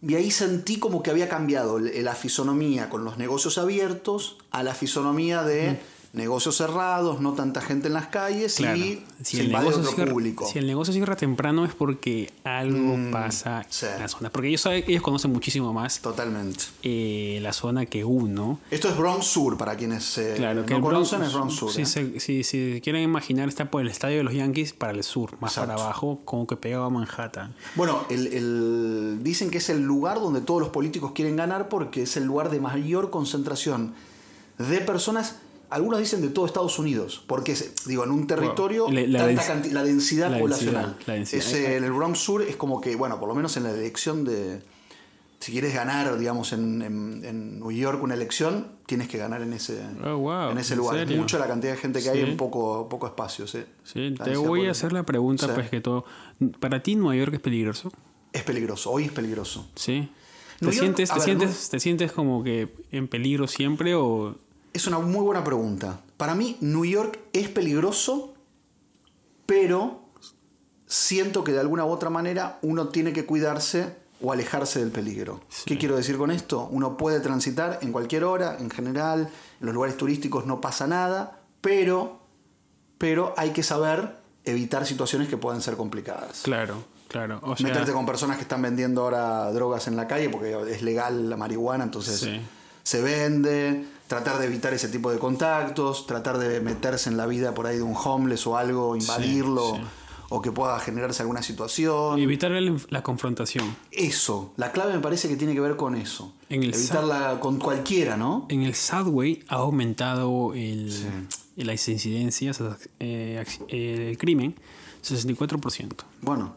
y ahí sentí como que había cambiado el- la fisonomía con los negocios abiertos a la fisonomía de negocios cerrados, no tanta gente en las calles
Mm. Claro.
y
Si
se
el,
invade
negocio
otro
cierra,
público. Mm,
si el negocio cierra temprano es porque algo pasa
sí.
en la zona. Porque ellos, saben- ellos conocen muchísimo más
Totalmente.
eh, la zona que uno.
Esto es Bronx Sur, para quienes eh,
Claro, que
no
el Bronx,
conocen, es Bronx Sur.
si,
¿eh?
se, si, si quieren imaginar, está por el estadio de los Yankees para el sur, más
Exacto.
para abajo, como que pegaba a Manhattan.
Bueno, el- el- dicen que es el lugar donde todos los políticos quieren ganar porque es el lugar de mayor concentración de personas. Algunos dicen de todo Estados Unidos, porque es, digo, en un territorio
Le- la
tanta
dens-
canti- la densidad
la
poblacional.
densidad, la densidad.
Es, eh, en el Bronx Sur es como que, bueno, por lo menos en la elección de. Si quieres ganar, digamos, en, en- en New York una elección, tienes que ganar en ese,
Oh, wow,
en ese
¿en
lugar. Es
serio?
mucho la cantidad de gente que hay
Sí.
en poco, poco espacio. sí.
Sí,
La
te
densidad
voy a
poblacional.
hacer la pregunta,
Sí.
pues que todo. ¿Para ti Nueva York es peligroso?
Es peligroso, hoy es peligroso.
Sí. ¿Te,
Nueva York-
sientes,
a
te,
ver,
sientes, ¿Te sientes como que en peligro siempre o.?
Es una muy buena pregunta. Para mí, New York es peligroso, pero siento que de alguna u otra manera uno tiene que cuidarse o alejarse del peligro. ¿Qué quiero decir con esto? Uno puede transitar en cualquier hora, en general, en los lugares turísticos no pasa nada, pero, pero hay que saber evitar situaciones que puedan ser complicadas.
Claro, claro. O sea,
Meterte con personas que están vendiendo ahora drogas en la calle porque es legal la marihuana, entonces
Sí.
se vende. Tratar de evitar ese tipo de contactos, tratar de meterse en la vida por ahí de un homeless o algo, invadirlo
sí.
o que pueda generarse alguna situación.
evitar el- la confrontación.
Eso, la clave me parece que tiene que ver con eso.
En el
Evitarla con cualquiera, ¿no?
En el subway ha aumentado el, las incidencias, eh, ac- el crimen, 64%,
Bueno,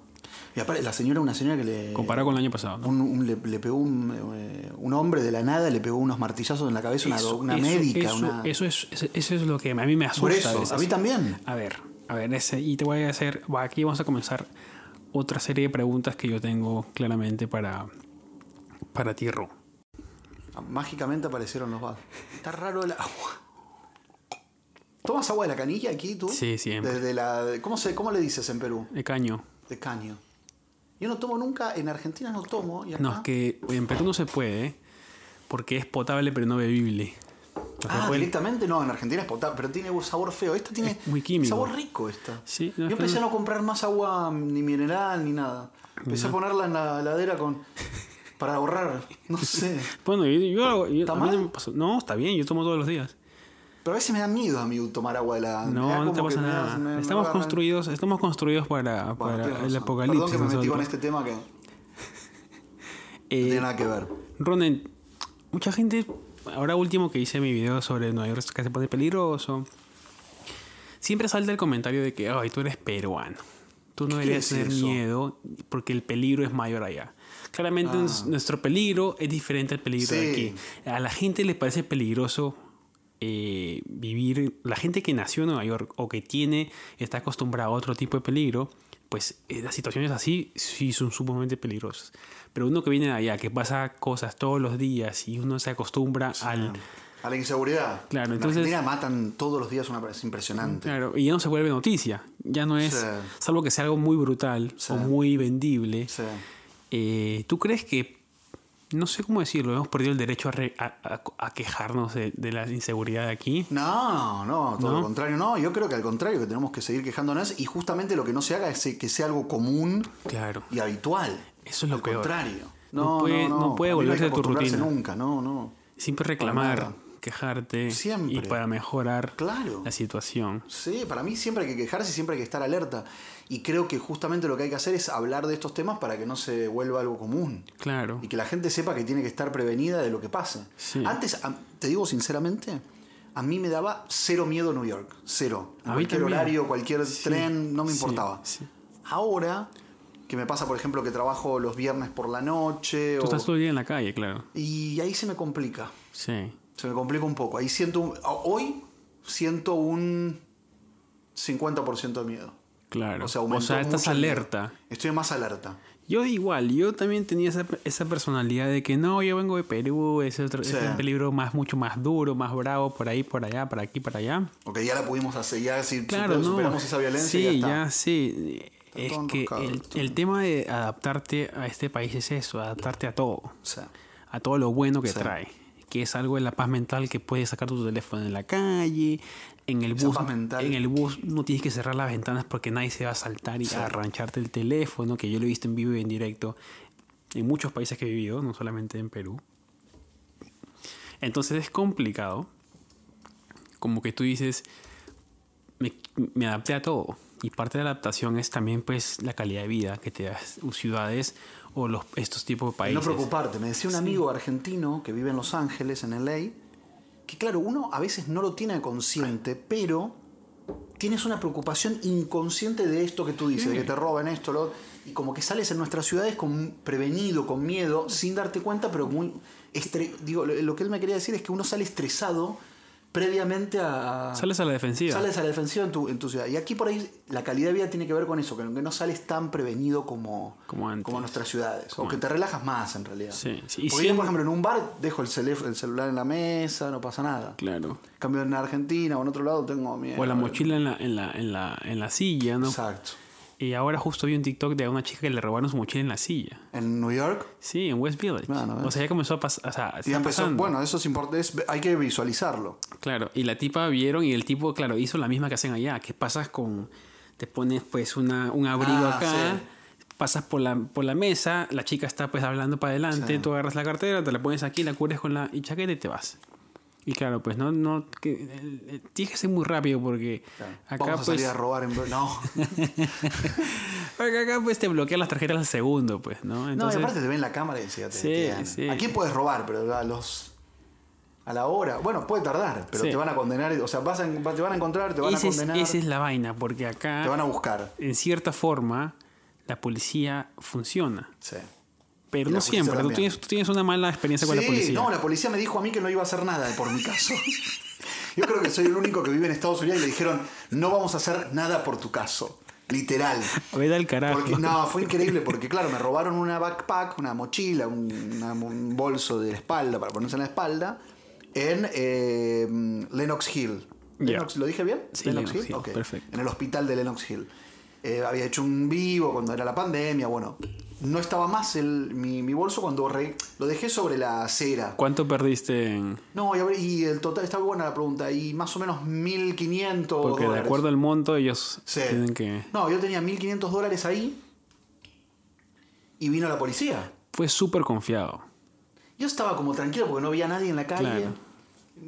y aparte, la señora, una señora que le.
comparado con el año pasado. ¿no?
un- un- le, le pegó un, eh, un hombre de la nada, le pegó unos martillazos en la cabeza, una,
Eso-
una
eso-
médica.
Eso,
una...
eso es, eso- eso es lo que a mí me asusta.
Por eso,
veces.
a mí también.
A ver, a ver, ese, y te voy a hacer, va, aquí vamos a comenzar otra serie de preguntas que yo tengo claramente para, para ti, Ro.
Ah, Mágicamente aparecieron los vasos. Está raro el agua. ¿Tomas agua de la canilla aquí tú?
Sí, siempre.
Desde la, de- ¿cómo, se, ¿Cómo le dices en Perú?
De Eh, caño.
De caño. Yo no tomo nunca, en Argentina no tomo. y acá-
No, es que en Perú no se puede, ¿eh? porque es potable pero no bebible. No se
Ah,
puede-
directamente no, en Argentina es potable, pero tiene un sabor feo. Esta tiene
muy químico.
sabor rico esta.
Sí, no, es
Yo
que
empecé a
no-
no comprar más agua mm, ni mineral ni nada. Empecé a ponerla en la heladera con para ahorrar,
<laughs>
no sé.
Bueno, yo, yo hago- yo-
¿Está
a mí
mal?
no, me pasó- no, está bien, yo tomo todos los días.
Pero a veces me da miedo a mí tomar agua de la me
No,
da
no
Ah, como
te
que
pasa
me da-
nada.
me- me
estamos,
agarran-
construidos, estamos construidos para,
Bueno,
para
tienes
el
razón.
apocalipsis.
Perdón que me metí con
nosotros.
este tema que no
Eh,
tiene nada que ver.
Ronen, mucha gente, ahora último que hice mi video sobre Nueva York que se pone peligroso, siempre salta el comentario de que, ay, tú eres peruano, tú no
¿Qué
deberías
quiere
tener
decir eso?
miedo porque el peligro es mayor allá. Claramente nos- nuestro peligro es diferente al peligro de
Ah. Sí.
aquí. A la gente le parece peligroso eh, vivir, la gente que nació en Nueva York o que tiene, está acostumbrada a otro tipo de peligro, pues eh, las situaciones así sí son sumamente peligrosas. Pero uno que viene de allá, que pasa cosas todos los días y uno se acostumbra al...
A la inseguridad.
Claro,
en
entonces-
Argentina matan todos los días una es impresionante.
Claro, y ya no se vuelve noticia, ya no es,
Sí.
salvo que sea algo muy brutal
Sí.
o muy vendible.
Sí.
Eh, ¿Tú crees que, no sé cómo decirlo, hemos perdido el derecho a, re- a- a- a quejarnos de, de la inseguridad de aquí?
No, no, todo
¿No?
lo contrario. No, yo creo que al contrario, que tenemos que seguir quejándonos y justamente lo que no se haga es que sea algo común
Claro.
y habitual.
Eso es lo
al
peor.
contrario.
No
No,
puede- no puede
A mí hay
volverse
que
de tu
acostumbrarse
rutina.
nunca, no, no.
Siempre
Para
reclamar,
nada.
quejarte.
Siempre.
Y para mejorar
Claro.
la situación.
Sí, para mí siempre hay que quejarse y siempre hay que estar alerta. Y creo que justamente lo que hay que hacer es hablar de estos temas para que no se vuelva algo común.
Claro.
Y que la gente sepa que tiene que estar prevenida de lo que pase.
Sí.
Antes, a- te digo sinceramente, a mí me daba cero miedo New York. Cero.
A mí
cualquier
también.
horario, cualquier tren, no me
sí,
importaba.
sí.
Ahora, que me pasa, por ejemplo, que trabajo los viernes por la noche.
Tú
o-
estás todo el día en la calle, claro.
Y ahí se me complica.
Sí.
Se me complica un poco. Ahí siento un- Hoy siento un 50% de miedo.
Claro.
O sea, aumentó
estás
mucho el miedo.
alerta.
Estoy más alerta.
Yo igual, yo también tenía esa, esa personalidad de que no, yo vengo de Perú, es, otro, es
Sí.
un peligro más, mucho más duro, más bravo, por ahí, por allá, por aquí, por allá.
Ok, ya la pudimos hacer. Ya si
Claro,
super-
no.
superamos esa violencia.
Sí,
ya está.
sí. Es
todo
que
enroscado,
el,
está.
el tema de adaptarte a este país es eso, adaptarte a todo,
O sea,
a todo lo bueno que
Sí.
trae. que es algo de la paz mental que puedes sacar tu teléfono en la calle, en el
Esa
bus,
paz mental.
en el bus no tienes que cerrar las ventanas porque nadie se va a saltar y a arrancharte el teléfono, que yo lo he visto en vivo y en directo en muchos países que he vivido, no solamente en Perú. Entonces es complicado. Como que tú dices, me, me adapté a todo. Y parte de la adaptación es también pues la calidad de vida que te das ciudades o los, estos tipos de
Y
países.
no preocuparte. Me decía un amigo argentino que vive en Los Ángeles, en LA, que claro, uno a veces no lo tiene consciente, pero tienes una preocupación inconsciente de esto que tú dices, de que te roben esto, lo y como que sales en nuestras ciudades con prevenido, con miedo, sin darte cuenta, pero muy estre- digo, lo, lo que él me quería decir es que uno sale estresado previamente a
Sales a la defensiva.
Ah. Sales a la defensiva en tu, en tu ciudad. Y aquí por ahí la calidad de vida tiene que ver con eso, que no que no sales tan prevenido como,
Como antes.
nuestras ciudades. o que te relajas más en realidad.
Sí, sí. Y
Porque yo,
siendo-
por ejemplo, en un bar dejo el, cele- el celular en la mesa, no pasa nada.
Claro.
En Cambio en Argentina o en otro lado tengo miedo.
O la mochila en la, en la, en la, en la silla, ¿no?
Eh, Exacto.
Y ahora justo vi un TikTok de una chica que le robaron su mochila en la silla.
En New York.
Sí, en West Village.
Bueno,
o sea, ya comenzó a pasar. O sea,
Y
está
ya empezó.
pasando.
Bueno, eso es importante, es- hay que visualizarlo.
Claro, y la tipa vieron y el tipo, claro, hizo la misma que hacen allá, que pasas con, te pones pues una, un abrigo
Ah,
acá, pasas por la, por la mesa, la chica está pues hablando para adelante,
Sí.
tú agarras la cartera, te la pones aquí, la cubres con la y chaqueta y te vas. Y claro, pues no, no, que, el- el- tienes que ser muy rápido porque acá
Vamos
pues...
a salir a robar en... No.
Acá, acá, pues te bloquean las tarjetas al segundo, pues, ¿no? Entonces,
no, y aparte te ven la cámara y decía, te
Sí,
detienen.
sí.
Aquí puedes robar, pero a los. A la hora. Bueno, puede tardar, pero
Sí.
te van a condenar. O sea, vas a- te van a encontrar, te van a
esa es-
condenar,
esa es la vaina, porque acá,
te van a buscar.
en cierta forma, la policía funciona.
Sí.
Pero
Y la
no
justicia
siempre. Tú
también.
tienes, tú tienes una mala experiencia con la
Sí,
policía.
No, la policía me dijo a mí que no iba a hacer nada por mi caso. <laughs> Yo creo que soy el único que vive en Estados Unidos y le dijeron, no vamos a hacer nada por tu caso. Literal.
Vete al carajo.
Porque, no, fue increíble porque, claro, me robaron una backpack, una mochila, un, una- un bolso de la espalda para ponerse en la espalda en eh, Lenox Hill.
Ya.
Lenox, ¿Lo dije bien?
Sí, Lenox Hill,
Ok.
perfecto.
En el hospital de Lenox Hill. Eh, había hecho un vivo cuando era la pandemia, bueno. No estaba más el, mi, mi bolso cuando re- lo dejé sobre la acera.
¿Cuánto perdiste en.?
No, y, a ver, y el total, está buena la pregunta, y más o menos 1500
Porque de
dólares.
acuerdo al monto, ellos
Sí.
tienen que.
No, yo tenía 1500 dólares ahí y vino la policía.
Fue súper confiado.
Yo estaba como tranquilo porque no había nadie en la calle.
Claro.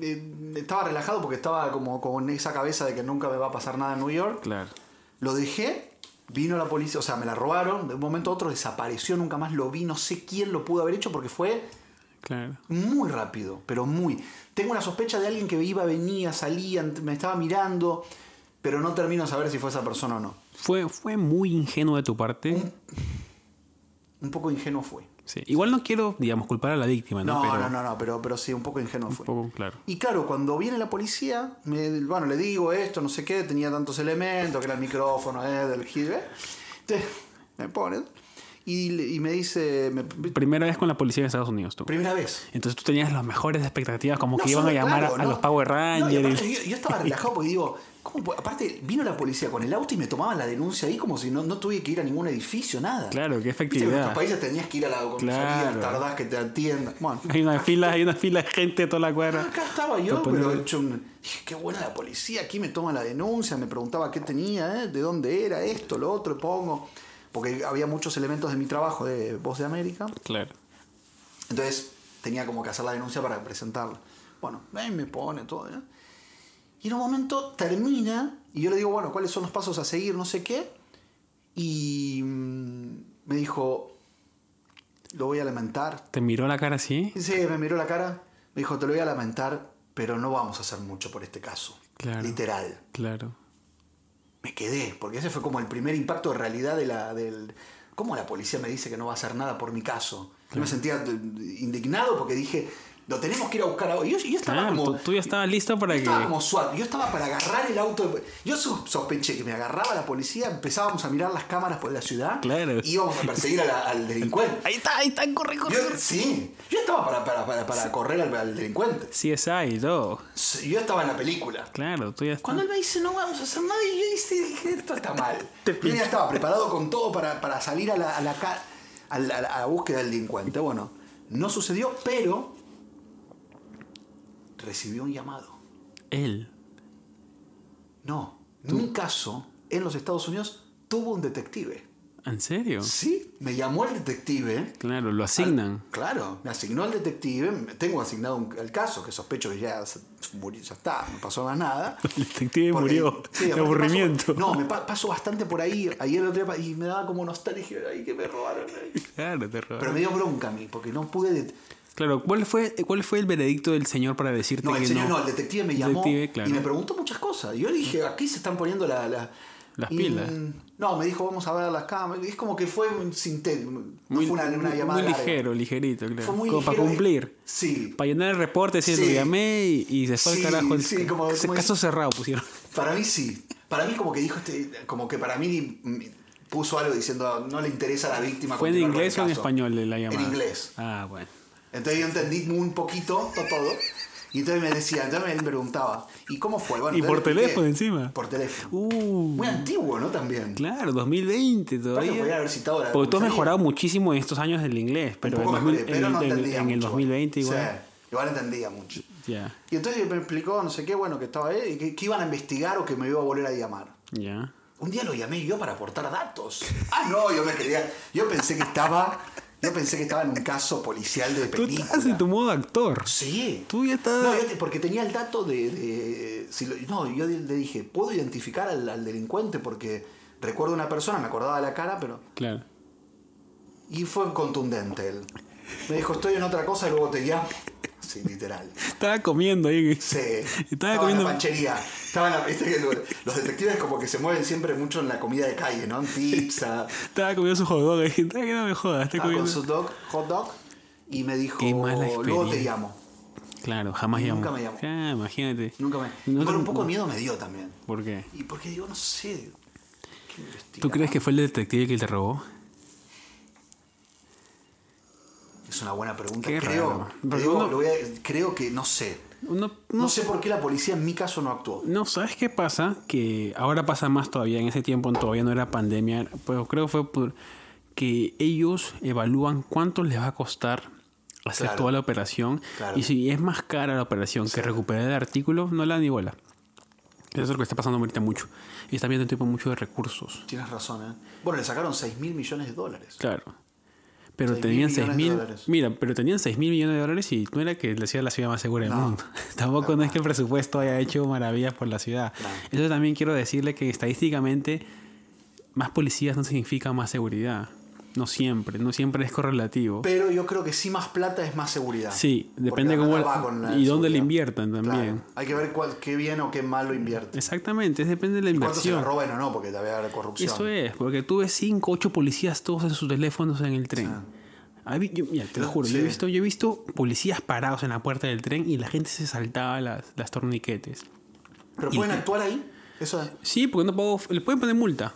Eh, Estaba relajado porque estaba como con esa cabeza de que nunca me va a pasar nada en New York.
Claro.
Lo dejé, vino la policía, o sea, me la robaron, de un momento a otro desapareció, nunca más lo vi, no sé quién lo pudo haber hecho porque fue
Claro.
muy rápido, pero muy. Tengo una sospecha de alguien que iba, venía, salía, ent- me estaba mirando, pero no termino de saber si fue esa persona o no.
Fue, fue muy ingenuo de tu parte.
Un poco ingenuo fue.
Sí. Igual no quiero, digamos, culpar a la víctima, ¿no?
No,
Pero
no, no, no, pero, pero sí, un poco ingenuo
un
fue.
poco claro.
Y claro, cuando viene la policía, me- bueno, le digo esto, no sé qué, tenía tantos elementos, que era el micrófono, eh, del jibe. Entonces, me ponen y, le- y me dice, me-
Primera vez con la policía de Estados Unidos, tú.
primera vez.
Entonces tú tenías las mejores expectativas, como que
No,
iban a
solo,
llamar a-
claro,
a,
no.
los Power
No, y
Rangers.
aparte yo, yo estaba relajado porque digo, ¿cómo po- aparte vino la policía con el auto y me tomaban la denuncia ahí como si no, no tuviera que ir a ningún edificio, nada.
Claro, qué
Viste que en
efectividad.
otros países tenías que ir a la comisaría,
Claro.
tardás que te atiendan. Bueno,
Hay una fila, hay una fila de gente de toda la
<laughs>
cuadra.
acá estaba yo,
Te ponen-
pero hecho un- dije, qué buena la policía, aquí me toma la denuncia, me preguntaba qué tenía, eh, de dónde era, esto, lo otro, y pongo. Porque había muchos elementos de mi trabajo de Voz de América.
Claro.
Entonces tenía como que hacer la denuncia para presentarla. Bueno, ahí me pone todo. ¿no? Y en un momento termina y yo le digo, bueno, ¿cuáles son los pasos a seguir? No sé qué. Y mm, me dijo, lo voy a lamentar.
Te miró la cara así.
Y sí, me miró la cara. Me dijo, te lo voy a lamentar, pero no vamos a hacer mucho por este caso.
Claro.
Literal
Claro.
me quedé, porque ese fue como el primer impacto de realidad de la, del... ¿Cómo la policía me dice que no va a hacer nada por mi caso? Yo me sentía eh, indignado porque dije, lo tenemos que ir a buscar ahora. Y Yo, yo estaba
Claro, eh.
como...
tú, tú ya estabas listo para
yo
que.
estaba como SWAT, yo estaba para agarrar el auto. de- Yo sos- sospeché que me agarraba la policía, empezábamos a mirar las cámaras por la ciudad,
Claro.
íbamos a perseguir a la- al delincuente.
<laughs> Ahí está, ahí está, corre, corre.
Yo, sí, yo estaba para, para, para, para correr al, al delincuente.
CSI, todo.
Sí, Yo estaba en la película.
Claro, tú ya estás.
Cuando él me dice no vamos a hacer nada, y yo dije, dije, esto está mal. yo ya estaba preparado con todo para, para salir a la, a, la, ca- a la- a la búsqueda del delincuente. Bueno, no sucedió, pero recibió un llamado.
Él.
No, un caso en los Estados Unidos tuvo un detective.
¿En serio?
Sí, me llamó el detective.
Claro, lo asignan.
<laughs> Al- claro, me asignó el detective, me- tengo asignado un- el caso, que sospecho que ya, se- murió, ya está, no pasó más nada.
El detective
Porque-
murió.
sí,
de
aparte
aburrimiento.
paso- no, <laughs> me pa- paso bastante por ahí, ayer el otro día, pa- y me daba como nostalgia, ay, que me robaron. ay.
Claro, te robaron.
Pero me dio bronca a mí, porque no pude... de-
Claro, ¿cuál fue, ¿cuál fue el veredicto del señor para decirte
no,
que
el señor
no?
no, el detective me llamó
Detective, claro. Mm.
y me preguntó muchas cosas. Y yo le dije, aquí se están poniendo la- la-
Las
y-
pilas.
No, me dijo, vamos a ver las cámaras. Es como que fue un sintético, fue una, una
muy
llamada larga.
ligero, ligerito, claro.
Fue muy
Como
ligero.
para cumplir.
Sí,
Para llenar el reporte, diciendo,
Sí.
llamé y, y se fue al
Sí,
carajo. El,
sí, como-
ese
como
caso cerrado pusieron.
para mí sí. Para mí como que dijo, este, como que para mí mm, puso algo diciendo, no le interesa a la víctima.
¿Fue en
continuar con el
inglés o en
caso".
español la llamada?
En inglés.
Ah, bueno.
Entonces yo entendí un poquito to- todo. Y entonces me decía, entonces él me preguntaba, ¿y cómo fue? Bueno,
Y
entonces
por
le expliqué.
teléfono encima.
Por teléfono.
Uh,
Muy antiguo, ¿no? También.
claro, 2020
Capaz que podría
todavía.
haber citado la
Porque tú has
comisaría.
mejorado muchísimo en estos años del inglés, pero,
Un
en,
poco
2000
mejor, pero
en-
no
en-
entendía
en el
mucho.
2020 igual.
Sí, igual entendía mucho.
Ya,
Y entonces me explicó, no sé qué, bueno, que estaba él y que, que iban a investigar o que me iba a volver a llamar.
ya.
Un día lo llamé yo para
<laughs>
aportar datos. Ah, no, yo me quería. Yo pensé que estaba. Yo pensé que estaba en un caso policial de
Tú estás en
película.
tu modo actor.
Sí.
Tú ya estás...
No, yo te- porque tenía el dato de. de- si lo- no, yo le dije, puedo identificar al, al delincuente porque recuerdo una persona, me acordaba de la cara, pero.
Claro.
Y fue contundente él. Me dijo, estoy en otra cosa, luego te llamo. Sí, literal.
Estaba comiendo ahí.
Sí.
<laughs> Estaba
en
comiendo-
la panchería. Estaba en la- viste que lo- los detectives como que se mueven siempre mucho en la comida de calle, ¿no?
<laughs>
En pizza.
Estaba comiendo su hot dog. ahí. <laughs> Estaba que no me jodas. Estaba
estaba con
comiendo...
su dog, hot dog. Y me dijo,
Qué mala
luego te
experiencia.
llamo.
Claro, jamás llamó.
Nunca me llamó.
Ah, imagínate.
Nunca me...
No
Igual
te-
un poco de miedo me dio también.
¿Por qué?
Y porque digo, no sé. ¿qué investiga?
¿Tú crees que fue el detective que te robó?
Es una buena pregunta.
Qué
creo,
raro.
te
Pero
digo,
uno-
lo voy a- creo que no sé.
No,
No,
no,
sé por qué la policía en mi caso no actuó.
no, ¿sabes qué pasa? Que ahora pasa más todavía. En ese tiempo todavía no era pandemia. Pero creo que fue por que ellos evalúan cuánto les va a costar hacer
Claro.
toda la operación.
Claro.
Y si es más cara la operación que recuperar el artículo, no la dan ni bola. Eso es lo que está pasando ahorita mucho. Y está viendo un tipo mucho de recursos.
Tienes razón, ¿eh? Bueno, le sacaron 6 mil millones de dólares.
Claro. Pero
Seis mil
tenían
millones
6
de
mil.
dólares.
Mira, pero tenían 6 mil millones de dólares y no era que la ciudad la ciudad más segura del
No.
mundo. <laughs> Tampoco no es que el presupuesto haya hecho maravillas por la ciudad.
No.
Eso también quiero decirle que estadísticamente más policías no significa más seguridad. No siempre, no siempre es correlativo.
Pero yo creo que sí más plata es más seguridad.
sí,
Porque
depende
la
cómo
plata va con la
y dónde le
seguridad.
inviertan también.
Claro. Hay que ver cuál, qué bien o qué mal lo invierte.
Exactamente, es depende de la
Cuánto se lo
inversión.
roben o no, porque te va a haber corrupción.
Eso es, porque tú ves 5, 8 policías todos en sus teléfonos en el tren. Ah, vi- yo- mira, te lo juro, yo, he
Sí.
visto, yo he visto policías parados en la puerta del tren y la gente se saltaba las, las torniquetes.
Pero
Y-
pueden actuar ahí. Eso es.
Sí, porque no puedo, le pueden poner multa.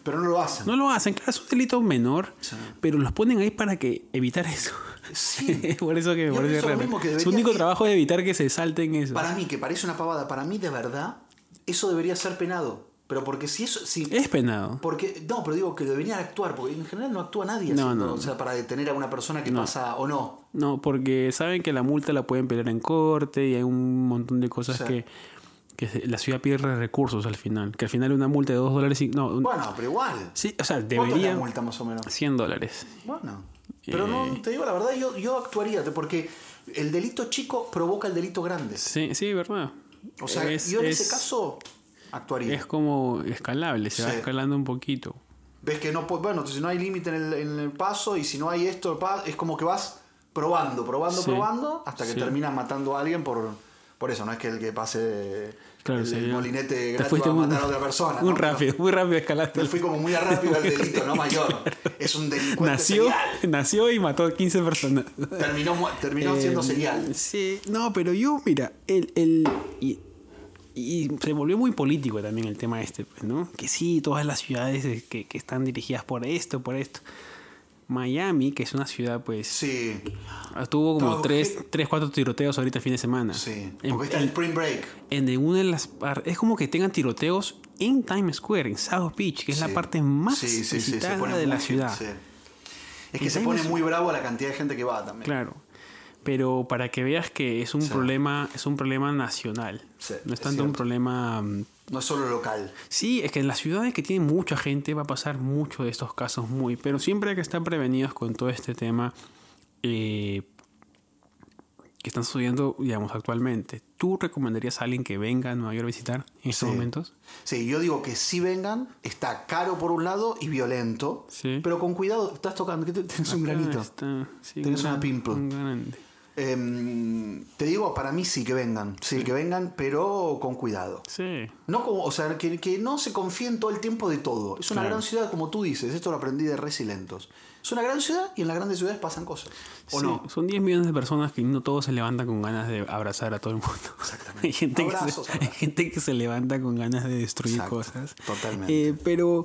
Pero no lo hacen.
No lo hacen, claro, es un delito menor,
Sí.
pero los ponen ahí para que evitar eso. <laughs>
Sí.
por eso que me
Yo
parece
pienso lo
raro.
mismo, que
Su
debería-
único trabajo es evitar que se salten eso.
Para mí, que parece una pavada, para mí de verdad, eso debería ser penado. Pero porque si eso. Si,
Es penado.
Porque, no, pero digo que deberían actuar, porque en general no actúa nadie.
No,
haciendo-
no.
O sea, para detener a una persona que pasa o no.
No, porque saben que la multa la pueden pelear en corte y hay un montón de cosas
Sí.
que, que se- la ciudad pierde recursos al final. Que al final una multa de 2 dólares y... No, un-
Bueno, pero igual.
sí, o sea,
¿Cuánto es la
debería...
multa más o menos?
100 dólares.
Bueno. Pero
Eh.
no, te digo la verdad, yo, yo actuaría, porque el delito chico provoca el delito grande.
Sí, sí, verdad.
O sea,
Es-
yo en
es-
ese caso actuaría.
Es como escalable, se va
Sí.
escalando un poquito.
Ves que no puede, bueno, si no hay límite en el, en el paso y si no hay esto, pa- es como que vas probando, probando,
Sí.
probando, hasta que
Sí.
terminas matando a alguien por, por eso. No es que el que pase
Claro,
el,
sí,
el
yo-
molinete
te
gratis
fuiste
va a
muy-
matar a otra persona.
Muy
¿no?
rápido, muy rápido escalaste.
Yo fui
<laughs>
como muy rápido al delito, no mayor. Es un delincuente
Nació,
serial.
nació y mató a 15 personas.
Terminó, mu- terminó siendo
Eh,
serial.
Sí, no, pero yo, mira, el, el- y, y se volvió muy político también el tema este, pues, ¿no? Que sí, todas las ciudades eh, que, que están dirigidas por esto, por esto. Miami, que es una ciudad, pues,
Sí,
tuvo como
Todo-
tres, tres, cuatro tiroteos ahorita el fin de semana.
sí.
En-
Porque está el Spring Break.
en una de las par- es como que tengan tiroteos en Times Square, en South Beach, que es la
Sí.
parte más
Sí, sí, sí, se
visitada
pone
de
muy-
la ciudad.
sí. Es que
Y
se
ahí
pone
me-
muy bravo la cantidad de gente que va también.
Claro. Pero para que veas que es un
Sí.
problema, es un problema nacional.
Sí,
no es
es
tanto un
cierto.
problema. mm,
No es solo local.
Sí, es que en las ciudades que tienen mucha gente va a pasar mucho de estos casos muy, pero siempre hay que estar prevenidos con todo este tema eh, que están subiendo, digamos, actualmente. ¿Tú recomendarías a alguien que venga a Nueva York a visitar en estos
Sí.
momentos?
Sí, yo digo que si vengan, está caro por un lado y violento.
Sí.
Pero con cuidado, estás tocando, que te- <laughs> tenés un granito.
Ah, está- sí,
Tenés
un
una
gran-
pimple.
un grande.
Em, te digo, para mí sí que vengan. Sí, que vengan, pero con cuidado.
Sí.
No como, o sea, que, que no se confíen todo el tiempo de todo. Es una
Claro.
gran ciudad, como tú dices, esto lo aprendí de Resilentos. Es una gran ciudad y en las grandes ciudades pasan cosas. ¿O
Sí,
no?
Son 10 millones de personas que no todos se levantan con ganas de abrazar a todo el mundo. Hay gente,
Abrazos,
que se,
abrazos.
<laughs> hay gente que se levanta con ganas de destruir
Exacto,
cosas.
totalmente.
Eh, pero,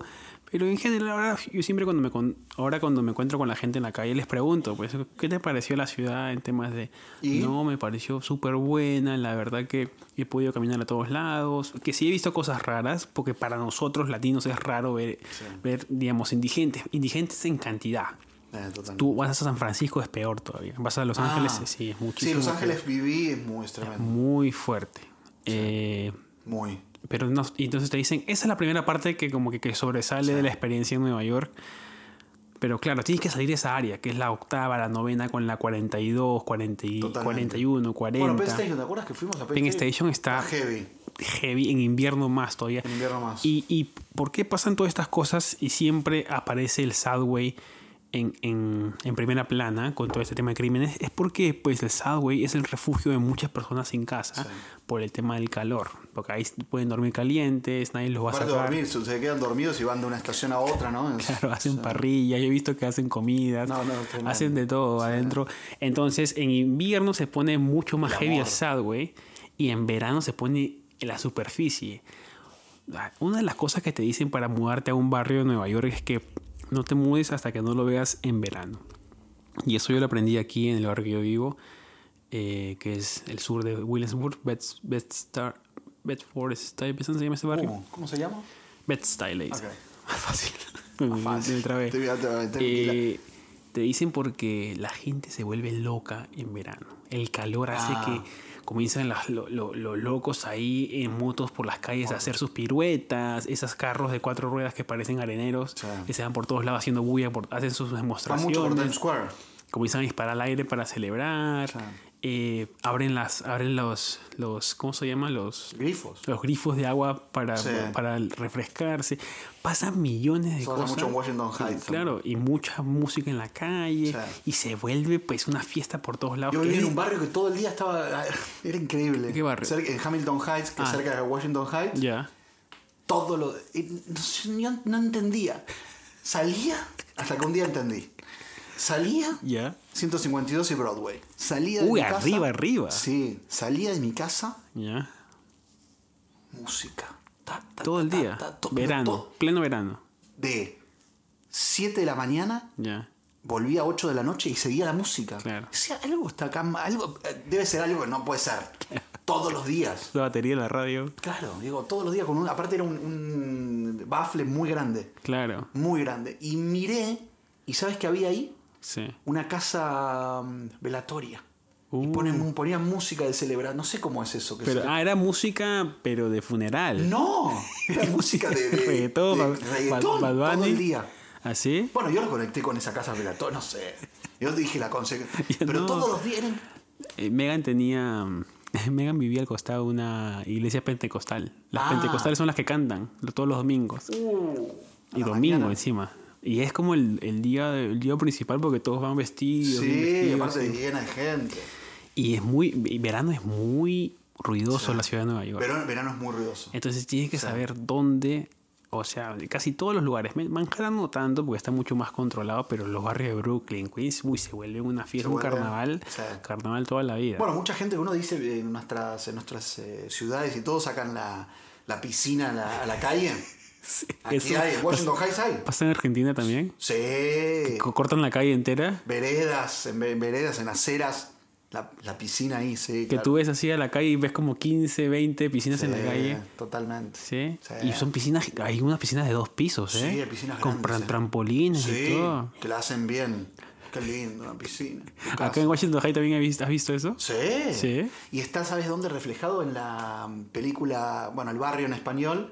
pero en general, ahora yo siempre cuando me, con- ahora cuando me encuentro con la gente en la calle les pregunto, pues, ¿qué te pareció la ciudad en temas de...
¿Y?
No, me pareció súper buena, la verdad que he podido caminar a todos lados, que sí he visto cosas raras, porque para nosotros latinos es raro ver, ver digamos, indigentes, indigentes en cantidad.
Eh, totalmente.
Tú vas a San Francisco es peor todavía. Vas a Los
Ah.
Ángeles, sí, es muchísimo.
Sí, Los
peor.
Ángeles viví es muy tremendo.
Muy fuerte. Eh,
Muy.
pero no- y entonces te dicen, esa es la primera parte que como que, que sobresale de la experiencia en Nueva York. Pero claro, tienes que salir de esa área, que es la octava, la novena, con la 42, 40, y-
Totalmente.
41, 40.
Bueno, Penn Station, ¿te acuerdas que fuimos a Penn
Penn Station
Station?
está
heavy.
heavy en invierno más todavía.
En invierno más.
¿Y, y por qué pasan todas estas cosas y siempre aparece el Subway en, en- en primera plana con todo este tema de crímenes? Es porque pues, el Subway es el refugio de muchas personas sin casa
Sí.
por el tema del calor. Porque ahí pueden dormir calientes, nadie los va a
Aparte de
sacar.
dormir, se se quedan dormidos y van de una estación a otra, ¿no? Es-
Claro, <laughs> hacen parrilla, yo he visto que hacen comidas,
No, no, tremendo.
hacen de todo adentro. Entonces, en invierno se pone mucho más heavy el
amor.
subway y en verano se pone en la superficie. Ah, Una de las cosas que te dicen para mudarte a un barrio de Nueva York es que no te mudes hasta que no lo veas en verano. Y eso yo lo aprendí aquí en el barrio que yo vivo, eh, que es el sur de Williamsburg, Beds- Bedstar- Bedford, ¿Stuyvesant se llama ese barrio?
¿Cómo? ¿Cómo se llama?
Bed-Stuy le dicen.
Uh.
<laughs>
Ok.
Más fácil. Me- me- me trabé.
Te voy a- te voy a- te voy a-
Eh, te dicen porque la gente se vuelve loca en verano. El calor hace
Ah.
que comienzan las- lo- lo- los locos ahí en motos por las calles a hacer sus piruetas, esos carros de cuatro ruedas que parecen areneros,
Sí.
que se van por todos lados haciendo bulla, por- hacen sus
Va mucho por Times
demostraciones,
Square.
comienzan a disparar al aire para celebrar,
Sí.
eh, abren las, abren los, los, ¿cómo se llama? Los,
Grifos.
los grifos de agua para,
Sí.
para refrescarse. Pasan millones de
Eso pasa
cosas.
mucho en Washington
Y,
Heights.
Claro, y mucha música en la calle.
Sí.
Y se vuelve pues una fiesta por todos lados.
Yo
que
viví en
es-
un barrio que todo el día estaba. <laughs> Era increíble.
¿Qué barrio?
Cerca- en Hamilton Heights, que
Ah.
es cerca de Washington Heights.
Ya.
Todo lo. y No, sé, yo no entendía. Salía hasta que un día entendí. Salía
Ya.
152 y Broadway. Salía de
Uy,
mi casa.
arriba, arriba.
Sí, salía de mi casa,
Ya.
música. Ta, ta, ta,
Todo el
ta,
día.
ta, to-
verano.
to-
Pleno verano.
de 7 de la mañana
Ya.
volvía a 8 de la noche y seguía la música.
Claro.
O sea, algo está acá, algo, eh, debe ser algo que no puede ser. Todos los días.
La batería de la radio.
Claro, digo, todos los días con un. Aparte era un, un bafle muy grande.
Claro.
Muy grande. Y miré, y ¿sabes qué había ahí?
Sí.
Una casa mm, velatoria. Y
Uh.
ponen, ponían música de celebrar. No sé cómo es eso. Que
Pero,
se-
ah, era música, pero de
Mm.
funeral.
No, era música de, de-
<laughs> reggaetón.
de
Bad-
reggaetón
Bad- Bad
todo
Bunny.
el día.
¿Así?
Bueno, yo lo conecté con esa casa velatoria, no sé. Yo dije
<laughs>
la consecuencia. Pero
No.
todos los días eran.
Eh, Megan tenía. mm, <laughs> Megan vivía al costado de una iglesia pentecostal. Las
Ah.
pentecostales son las que cantan lo- todos los domingos.
Uh, a
Y
la
domingo
mañana.
encima. Y es como el, el día, el día principal porque todos van vestidos. bien
Sí,
vestidos,
aparte
sí.
llena de gente.
Y es muy. y verano es muy ruidoso la ciudad de Nueva York.
Verano, verano es muy ruidoso.
Entonces tienes que saber dónde. O sea, casi todos los lugares. Man- Manhattan no tanto porque está mucho más controlado, pero los barrios de Brooklyn, Queens, uy, se vuelve una fiesta, un
vuelve-
carnaval.
sí.
Carnaval toda la <laughs> vida.
Bueno, mucha gente que uno dice en nuestras, en nuestras eh, ciudades y todos sacan la, la piscina a la, a la calle.
Sí,
Aquí
eso
hay, en Washington Heights hay.
pasa en Argentina también.
Sí.
Co- Cortan la calle entera.
Veredas, en ve- veredas, en aceras. La, la piscina ahí, sí.
Que
claro.
tú ves así a la calle y ves como 15, 20 piscinas en la
Sí,
calle.
Totalmente.
¿Sí?
Sí.
Y son piscinas, hay unas piscinas de dos pisos,
Sí,
¿eh?
hay piscinas
Con
grandes,
tran-
sí.
trampolines
Sí,
y todo.
que la hacen bien. Qué lindo, una piscina. Tu
Acá
casa.
en Washington High también has visto, has visto eso.
Sí.
Sí.
Y está, ¿sabes dónde? Reflejado en la película, bueno, El Barrio en español,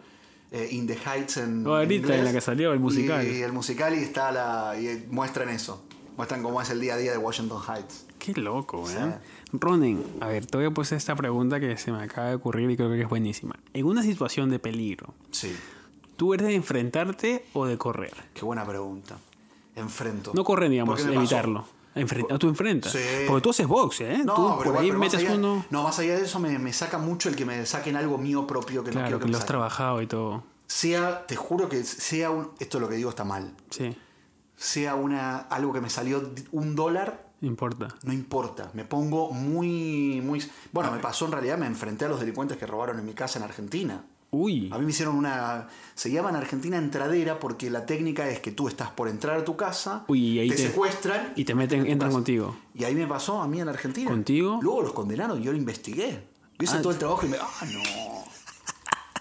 eh, In the Heights en.
Oh, ahorita,
inglés.
en la que salió, el musical.
Y, el musical y está la. Y muestran eso. Muestran cómo es el día a día de Washington Heights.
Qué loco, ¿eh? Ronen, a ver, te voy a poner esta pregunta que se me acaba de ocurrir y creo que es buenísima. En una situación de peligro,
Sí.
¿tú eres de enfrentarte o de correr?
Qué buena pregunta. Enfrento.
No correr, digamos,
¿Por qué me pasó?
evitarlo. Enfrenta, tú enfrentas.
Sí.
Porque tú haces box, ¿eh?
No,
tú
pero,
por
igual,
ahí
pero más
metes
allá-
uno.
No, más allá de eso me, me saca mucho el que me saquen algo mío propio que no
Claro,
quiero
que,
que, me
lo has
saquen.
trabajado y todo.
Sea, te juro que sea un. Esto lo que digo está mal.
Sí,
Sea una algo que me salió un dólar
no importa.
No importa, me pongo muy, muy... Bueno, me pasó en realidad, me enfrenté a los delincuentes que robaron en mi casa en Argentina.
Uy,
A mí me hicieron una... Se llama en Argentina entradera porque la técnica es que tú estás por entrar a tu casa,
Uy, y ahí
te,
te-
secuestran
y te meten, entran
Pasa.
contigo.
y ahí me pasó a mí en Argentina.
¿Contigo?
Luego los condenaron y yo lo investigué. Yo hice
Ah.
todo el trabajo y me... ¡Ah, no!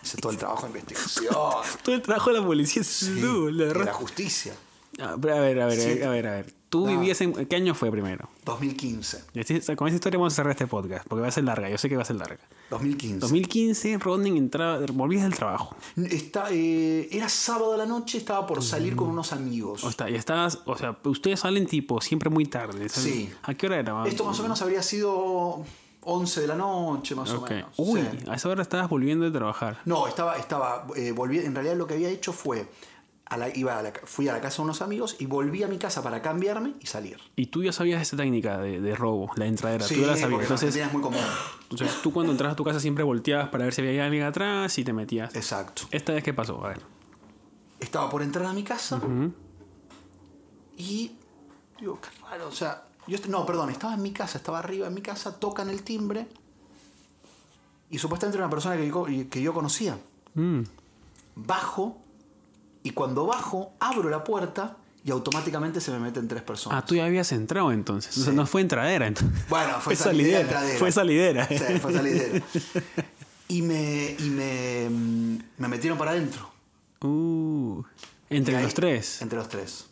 Hice todo el trabajo
<laughs>
de investigación.
Todo el trabajo de la policía es
Sí,
tú, la
de
verdad.
la justicia.
Ah, pero a ver, a ver,
Sí.
a ver, a ver. ¿Tú
No.
vivías en. ¿Qué año fue primero?
2015.
Y así- Con esa historia vamos a cerrar este podcast, porque va a ser larga, yo sé que va a ser larga.
2015.
2015, Ronen entraba, volvías del trabajo.
Está, eh, era sábado a la noche, estaba por salir con unos amigos.
O está- y estabas, o sea, ustedes salen tipo siempre muy tarde. ¿salen?
Sí.
¿A qué hora era?
Esto más o menos habría sido 11 de la noche, más
Ok.
o menos.
Uy,
Sí.
a esa hora estabas volviendo de trabajar.
No, estaba, estaba, eh, volví, en realidad lo que había hecho fue, a la, iba a la ca- fui a la casa de unos amigos y volví a mi casa para cambiarme y salir.
Y tú ya sabías esa técnica de, de robo, la entradera. tú ya la sabías.
porque en
Entonces,
Argentina es muy común.
entonces, tú cuando entras a tu casa siempre volteabas para ver si había alguien atrás y te metías.
Exacto.
Esta vez, ¿qué pasó? A ver.
Estaba por entrar a mi casa y digo, qué raro, o sea, yo est- no, perdón, estaba en mi casa, estaba arriba en mi casa, tocan el timbre y supuestamente era una persona que yo, que yo conocía.
Mm.
bajo y cuando bajo abro la puerta y automáticamente se me meten tres personas.
Ah, tú ya habías entrado entonces. O sea,
Sí.
no fue entradera entonces.
Bueno,
<laughs>
fue salidera, entradera.
Ah, Fue salidera.
Sí, fue salidera. y me, y me, mm, me metieron para adentro.
<laughs> Uh, entre
Y ahí-
los tres.
Entre los tres.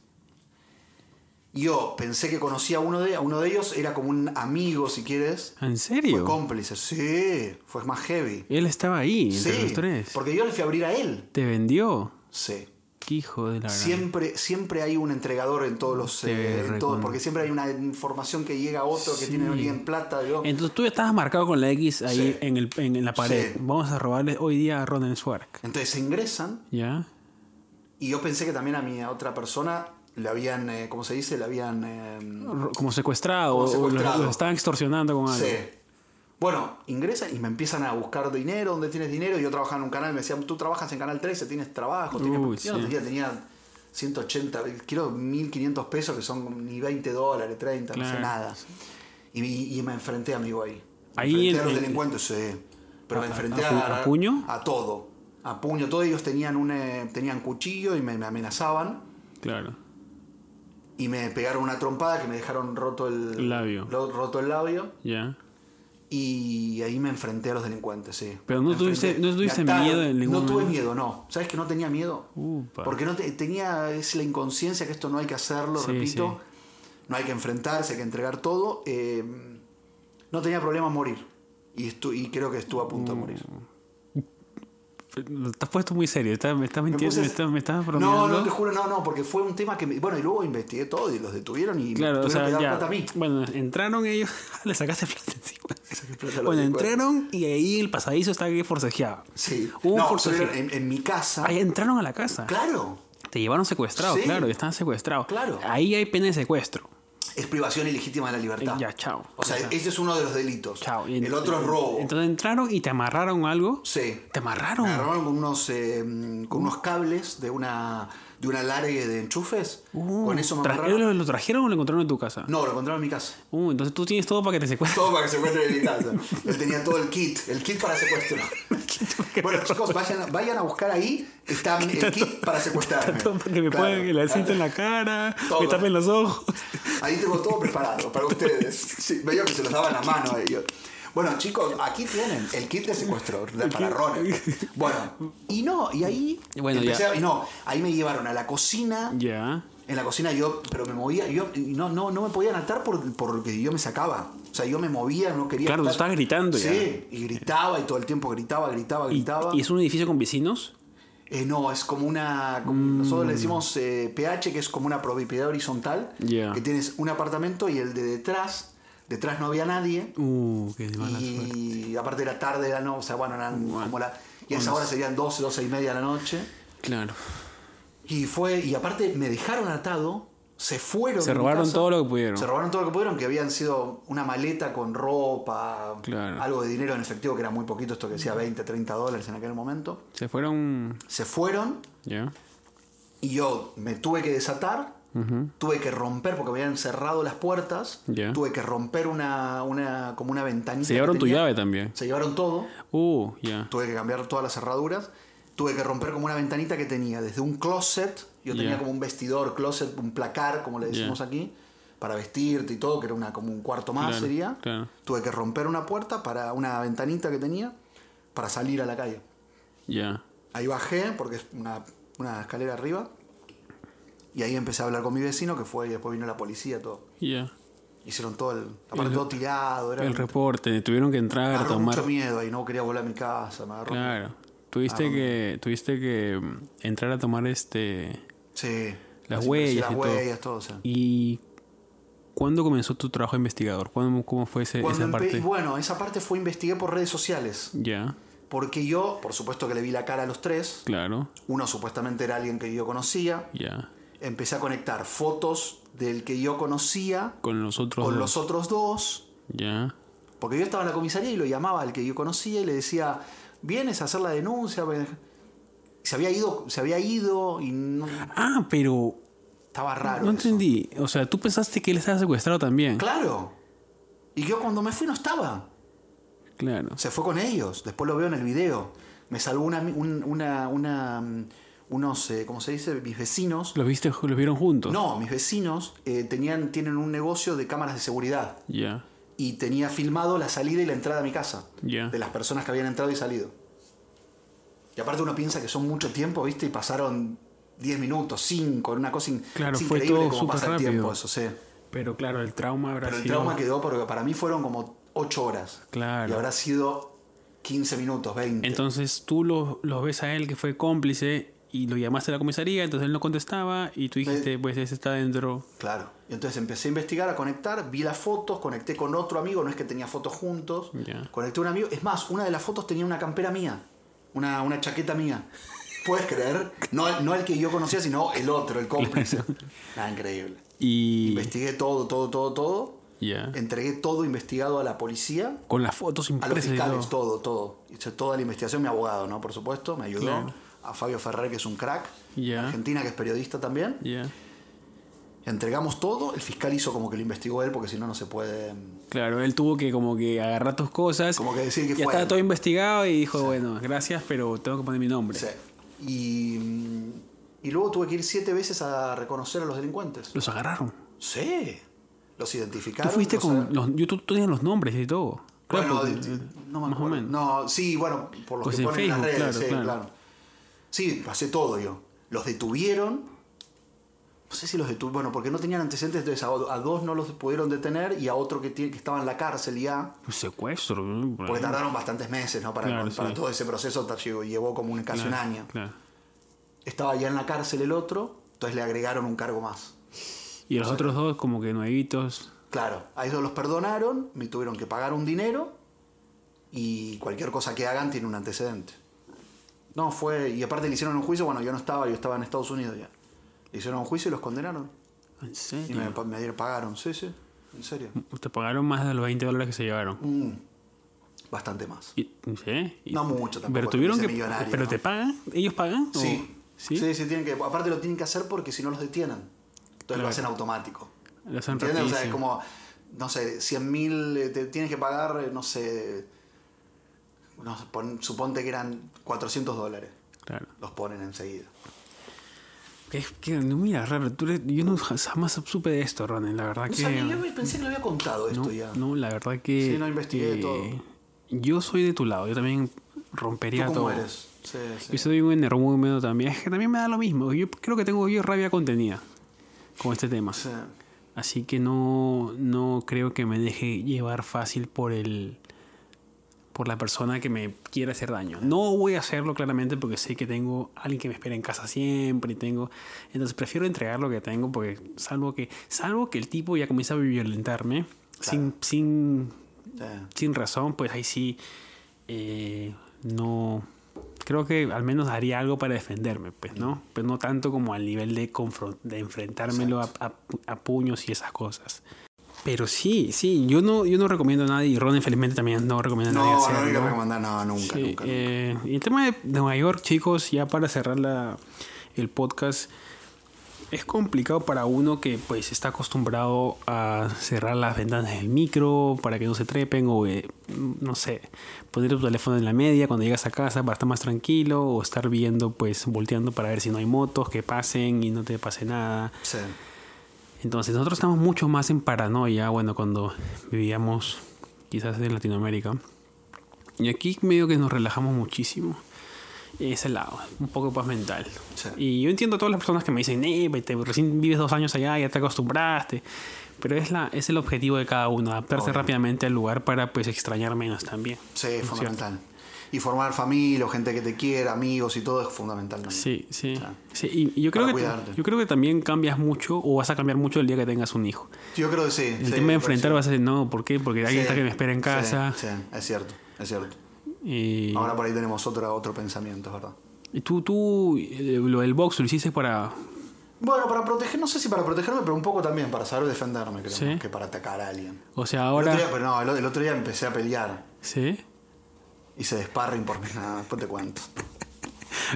Yo pensé que conocía a uno de, a uno de ellos, era como un amigo, si quieres.
¿En
Fue
serio?
cómplice, sí, fue más heavy.
Él estaba ahí, entre
sí,
los tres.
porque yo le fui a abrir a él.
¿Te vendió?
Sí.
Qué hijo de la gran-
Siempre, siempre hay un entregador en todos los.
Te
eh, en todos,
recon-
porque siempre hay una información que llega a otro que
Sí.
tiene alguien plata. digo.
Entonces tú estabas marcado con la X ahí
Sí.
en, el, en, en la pared.
Sí.
Vamos a robarle hoy día a Ronen Swark.
Entonces se ingresan
¿Ya?
y yo pensé que también a mi otra persona le habían, eh, ¿cómo se dice? Le habían. eh,
Ro- Como secuestrado.
Como
o- o los-
secuestrado.
los estaban extorsionando con algo.
sí. Bueno, ingresan y me empiezan a buscar dinero, donde tienes dinero. Yo trabajaba en un canal, me decían, tú trabajas en Canal 13, tienes trabajo, tienes.
Uy,
yo no
sí.
tenía, tenía 180, quiero 1500 pesos, que son ni 20 dólares, 30, no sé
Claro.
nada. Y, y me enfrenté, amigo, ahí. Me
Ahí
enfrenté
en-
a los
en-
delincuentes, sí. Pero me
¿A- a-
enfrenté
a
a,
pu- a puño?
A todo. A puño, todos ellos tenían, un, eh, tenían cuchillo y me, me amenazaban.
Claro.
Y me pegaron una trompada que me dejaron roto el
El labio.
lo- roto el labio.
¿Ya?
Y ahí me enfrenté a los delincuentes, sí.
Pero no
Me
tuviste-
enfrenté.
no tuviste
Me ataron.
miedo en ningún
No tuve
momento.
miedo, no. ¿Sabes que no tenía miedo?
Upa.
Porque no te- tenía es la inconsciencia que esto no hay que hacerlo,
Sí,
repito. No hay que enfrentarse, hay que entregar todo. Eh, no tenía problema morir. Y, estu- y creo que estuve a
Mm,
punto de morir.
Te has puesto muy serio. Estás, me estás mintiendo.
puse-
Me estás, me estás bromeando.
No, no, te juro, no, no, porque fue un tema que... me- bueno, y luego investigué todo y los detuvieron y
Claro,
me
o
tuvieron
sea,
que dar
ya.
plata a mí.
Bueno, entraron ellos. <laughs> le sacaste plata encima.
Saqué plata a los
Bueno,
delincuentes.
entraron y ahí el pasadizo está que forcejeaba.
Sí.
Hubo un
No,
forcejeo.
estuvieron en, en mi casa.
Ahí entraron a la casa.
Claro.
Te llevaron secuestrado,
Sí.
claro, están secuestrados.
Claro.
Ahí hay pena de secuestro.
Es privación ilegítima de la libertad.
Ya, chao.
O sea,
Ya.
ese es uno de los delitos.
Chao. Y
El
ent-
otro es robo.
Entonces entraron y te amarraron algo.
sí.
Te amarraron.
Me agarraron con unos, eh, con unos cables de una, de una largue de enchufes.
Uh,
con eso me
tra-
amarraron.
¿Lo, lo trajeron o lo encontraron en tu casa?
No, lo encontraron en mi casa.
Uh, entonces tú tienes todo para que te secuestren.
Todo para que secuestren en mi casa. Él tenía todo el kit. El kit para
<laughs>
secuestro. bueno, chicos, vayan, a- vayan a buscar ahí. Está el kit
<laughs>
para secuestrarme.
Todo para que me
Claro,
pongan el alcito en la cara,
Todo.
me tapen los ojos.
Ahí tengo todo preparado para ustedes. Sí, veía que se los daban a mano a ellos. Bueno, chicos, aquí tienen el kit de secuestro de para Ronen. Bueno, y no, y ahí
Bueno,
empecé
ya.
a- y no, ahí me llevaron a la cocina,
Ya.
en la cocina yo, pero me movía, yo y no, no, no me podían atar por, por lo que yo me sacaba. O sea, yo me movía, no quería.
Claro, tú
estar-
estabas gritando ya.
Sí, y gritaba y todo el tiempo gritaba, gritaba,
¿Y,
gritaba.
y es un edificio con vecinos?
Eh, no, es como una. como- Nosotros
Mm.
le decimos eh, PH, que es como una propiedad horizontal.
Ya.
Que tienes un apartamento y el de detrás. Detrás no había nadie.
Uh, qué mala suerte.
Y aparte era tarde, era no. O sea, bueno, eran como la. Y a esa hora serían 12, 12 y media de la noche.
Claro.
Y fue. Y aparte me dejaron atado. Se fueron.
Se
de mi
robaron
casa.
todo lo que pudieron.
Se robaron todo lo que pudieron, que habían sido una maleta con ropa,
Claro. Mm.
algo de dinero en efectivo, que era muy poquito, esto que decía 20, 30 dólares en aquel momento.
Se fueron.
Se fueron
Ya.
y yo me tuve que desatar, tuve que romper, porque me habían cerrado las puertas,
Ya.
tuve que romper una, una, como una ventanita.
Se
que
llevaron tu
tenía.
llave también.
Se llevaron todo,
Uh, ya.
tuve que cambiar todas las cerraduras, tuve que romper como una ventanita que tenía, desde un closet, yo tenía
Ya.
como un vestidor, closet, un placar, como le decimos
Ya.
aquí, para vestirte y todo, que era una, como un cuarto más
Claro,
sería.
claro.
Tuve que romper una puerta para una ventanita que tenía para salir a la calle.
Ya.
Ahí bajé, porque es una, una escalera arriba. Y ahí empecé a hablar con mi vecino, que fue, y después vino la policía, todo.
Ya.
Hicieron todo el. Aparte,
El-
todo tirado, era.
El reporte, tuvieron que
me
entrar,
agarró
tomar.
mucho miedo ahí, no quería volver a mi casa, me agarró.
Claro. Tuviste que. Tuviste que mm, entrar a tomar este.
Sí.
Las
Sí,
huellas
sí,
y
Las
todo.
huellas, todo. o sea.
¿Y cuándo comenzó tu trabajo de investigador? ¿Cuándo, ¿Cómo fue ese-
Cuando
esa
empe-
parte?
Bueno, esa parte fue investigué por redes sociales.
Ya,
Porque yo, por supuesto que le vi la cara a los tres.
claro,
Uno supuestamente era alguien que yo conocía.
ya.
Empecé a conectar fotos del que yo conocía
Con los otros.
con
dos.
los otros dos.
Ya,
Porque yo estaba en la comisaría y lo llamaba al que yo conocía y le decía, ¿vienes a hacer la denuncia? Pues, Se había ido, se había ido y no-
Ah, pero
estaba raro.
no
eso.
entendí. O sea, tú pensaste que él estaba secuestrado también.
Claro. Y yo cuando me fui no estaba.
Claro.
Se fue con ellos. Después lo veo en el video. Me salvó una, un- una, una, mm, unos, eh, ¿cómo se dice? Mis vecinos.
¿Los viste, los vieron juntos?
No, mis vecinos eh, tenían, tienen un negocio de cámaras de seguridad.
Ya,
Y tenía filmado la salida y la entrada a mi casa.
ya.
de las personas que habían entrado y salido. Y aparte uno piensa que son mucho tiempo, ¿viste? Y pasaron 10 minutos, 5, una cosa in-
Claro,
es
fue
increíble
todo
como pasa
súper
el tiempo
rápido.
eso, sí.
Pero claro, el trauma habrá
Pero el
sido-
trauma quedó porque para mí fueron como 8 horas.
Claro.
Y habrá sido 15 minutos,
<laughs>
20.
Entonces tú los lo ves a él que fue cómplice y lo llamaste a la comisaría, entonces él no contestaba y tú dijiste, pues ese está dentro.
Claro. Y entonces empecé a investigar, a conectar, vi las fotos, conecté con otro amigo, no es que tenía fotos juntos.
Ya.
Conecté a un amigo. Es más, una de las fotos tenía una campera mía, una, una chaqueta mía. ¿Puedes creer? No, no el que yo conocía, sino el otro, el cómplice. Nada, increíble.
Y.
Investigué todo, todo, todo, todo.
Ya.
Entregué todo investigado a la policía,
Con las fotos
a los
impresas y
fiscales,
todo.
todo, todo. Hice toda la investigación, mi abogado, ¿no? Por supuesto, me ayudó.
Claro.
A Fabio Ferrer, que es un crack.
Ya.
Argentina, que es periodista también.
Ya.
Entregamos todo, el fiscal hizo como que lo investigó él, porque si no, no se puede.
Claro, él tuvo que como que agarrar tus cosas.
Como que decir que
ya
fue
estaba
él.
todo investigado y dijo, bueno, gracias, pero tengo que poner mi nombre.
Sí. Y, mm, y luego tuve que ir siete veces a reconocer a los delincuentes.
Los agarraron.
Sí. Los identificaron.
Tú fuiste
los
con
agar-
los, yo, tú, tú tenías los nombres y todo. Claro,
Bueno,
porque-
de- de- no me
más o
acuerdo.
menos.
No, sí, bueno, por los
Pues
que
en
ponen en las redes,
Facebook,
sí,
claro,
claro.
claro.
Sí, pasé todo yo. Los detuvieron. No sé si los detuvieron, bueno, porque no tenían antecedentes, entonces a, a dos no los pudieron detener y a otro que, tiene- que estaba en la cárcel ya.
Un secuestro. ¿no? Por
Porque
ahí.
tardaron bastantes meses, ¿no? Para,
Claro,
para
sí.
todo ese proceso tar- llevó, llevó como un, casi
Claro,
un año.
claro.
Estaba ya en la cárcel el otro, entonces le agregaron un cargo más.
Y los otros dos como que nuevitos.
Claro, a ellos los perdonaron, me tuvieron que pagar un dinero y cualquier cosa que hagan tiene un antecedente. No, fue. Y aparte le hicieron un juicio, bueno, yo no estaba, yo estaba en Estados Unidos ya. Le hicieron un juicio y los condenaron.
¿En
Y
serio?
me, pa- me dieron- pagaron, sí, sí, en serio.
Te pagaron más de los 20 dólares que se llevaron.
Mm, bastante más.
Y- ¿sí? Y-
No mucho tampoco,
Pero
te
tuvieron
hice
que...
millonario,
¿Pero
¿no?
te pagan? ¿Ellos pagan? ¿O-
Sí.
¿Sí?
sí, sí, tienen que. Aparte lo tienen que hacer porque si no los detienen. Entonces
Claro.
lo hacen automático.
Lo hacen
¿Entiendes? O sea, es
rapidísimo.
como, no sé, 100 mil, te tienes que pagar, eh, no sé, no sé, pon- suponte que eran 400 dólares,
Claro.
los ponen enseguida.
Es que, no, mira, raro, tú eres- yo no, jamás supe de esto, Ronen, la verdad
No
que...
sabía, yo pensé que lo había contado esto
no,
ya.
no, la verdad que...
Sí, no, investigué
que
todo.
Yo soy de tu lado, yo también
¿Tú
rompería
cómo
todo.
eres? Sí, sí.
Yo soy un energúmeno también, es que también me da lo mismo, yo creo que tengo yo rabia contenida. con este tema.
Sí.
Así que no, no creo que me deje llevar fácil por el por la persona que me quiere hacer daño. No voy a hacerlo claramente porque sé que tengo alguien que me espera en casa siempre y tengo entonces prefiero entregar lo que tengo porque salvo que salvo que el tipo ya comienza a violentarme sin sin
Sí.
sin razón, pues ahí sí eh, no creo que al menos haría algo para defenderme, pues, ¿no? Pero no tanto como al nivel de confron- de enfrentármelo a, a- a puños y esas cosas. Pero sí, sí, yo no, yo no recomiendo a nadie, y Ron infelizmente también no recomienda a nadie
No, no
hacerlo.
hay que recomendar, no, nunca,
Sí,
nunca. nunca.
eh, y el tema de Nueva York, chicos, ya para cerrar la, el podcast, es complicado para uno que pues está acostumbrado a cerrar las ventanas del micro para que no se trepen o eh, no sé, poner tu teléfono en la media cuando llegas a casa para estar más tranquilo o estar viendo pues volteando para ver si no hay motos que pasen y no te pase nada.
Sí.
Entonces nosotros estamos mucho más en paranoia, bueno, cuando vivíamos quizás en Latinoamérica. Y aquí medio que nos relajamos muchísimo. Ese lado, un poco paz mental.
Sí.
Y yo entiendo a todas las personas que me dicen, eh, te, recién vives dos años allá, ya te acostumbraste. Pero es, la, es el objetivo de cada uno, adaptarse
Obvio.
rápidamente al lugar para pues extrañar menos también.
Sí,
¿No
es
es cierto?
fundamental. Y formar familia, o gente que te quiera, amigos y todo es fundamental también.
Sí, sí.
O sea,
Sí, y- y yo creo,
para
que,
cuidarte.
yo creo que también cambias mucho o vas a cambiar mucho el día que tengas un hijo.
Yo creo que sí.
El tema de enfrentar vas a decir, no, ¿por qué? Porque alguien está que me espera en casa.
Sí, es cierto, es cierto.
Y,
Ahora por ahí tenemos otra, otro pensamiento, es verdad.
y tú, tú, eh, lo del box lo hiciste para...
Bueno, para proteger, no sé si para protegerme, pero un poco también para saber defenderme, creo,
Sí.
más que para atacar a alguien.
O sea,
El
ahora...
otro día- pero no, el, el otro día empecé a pelear.
Sí.
Y se desparren por mí, <laughs> nada, después te cuento.
<laughs>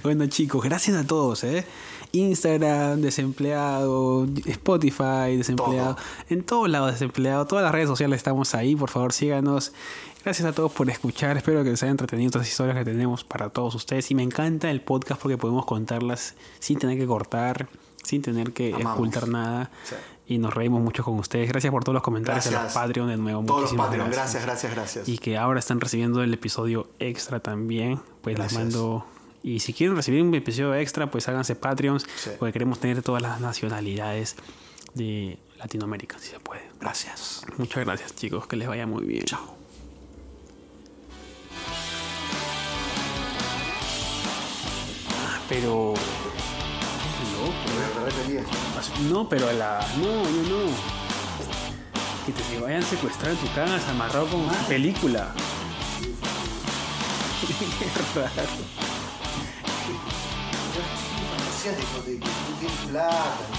Bueno chicos, gracias a todos, ¿eh? Instagram, desempleado, Spotify, desempleado, en todos lados desempleado, todas las redes sociales estamos ahí, por favor síganos. Gracias a todos por escuchar, espero que les haya entretenido estas historias que tenemos para todos ustedes y me encanta el podcast porque podemos contarlas sin tener que cortar, sin tener que
Amamos.
ocultar nada
Sí.
y nos reímos mucho con ustedes. Gracias por todos los comentarios de los
Gracias.
Patreon de nuevo.
Todos los
Muchísimas
Patreon, gracias, gracias, gracias.
y que ahora están recibiendo el episodio extra también, pues les
Gracias.
mando. Y si quieren recibir un episodio extra, pues háganse Patreons,
Sí.
porque queremos tener todas las nacionalidades de Latinoamérica, si se puede.
Gracias.
Muchas gracias, chicos, que les vaya muy bien.
Chao.
Ah, Pero.
este
No, pero la. No, no, no. Que te vayan a secuestrar en tu casa, amarrado con
Ah.
una película. Qué raro.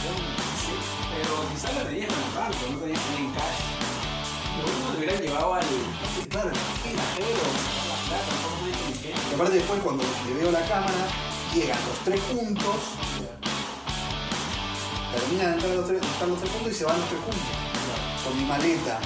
Pero quizás la tenías en el banco, no tenías en cash. Lo único que te hubieran llevado al
Y aparte después cuando le veo la cámara, llegan los tres juntos. Terminan de entrar los tres, están los tres juntos y se van los tres juntos. Con mi maleta.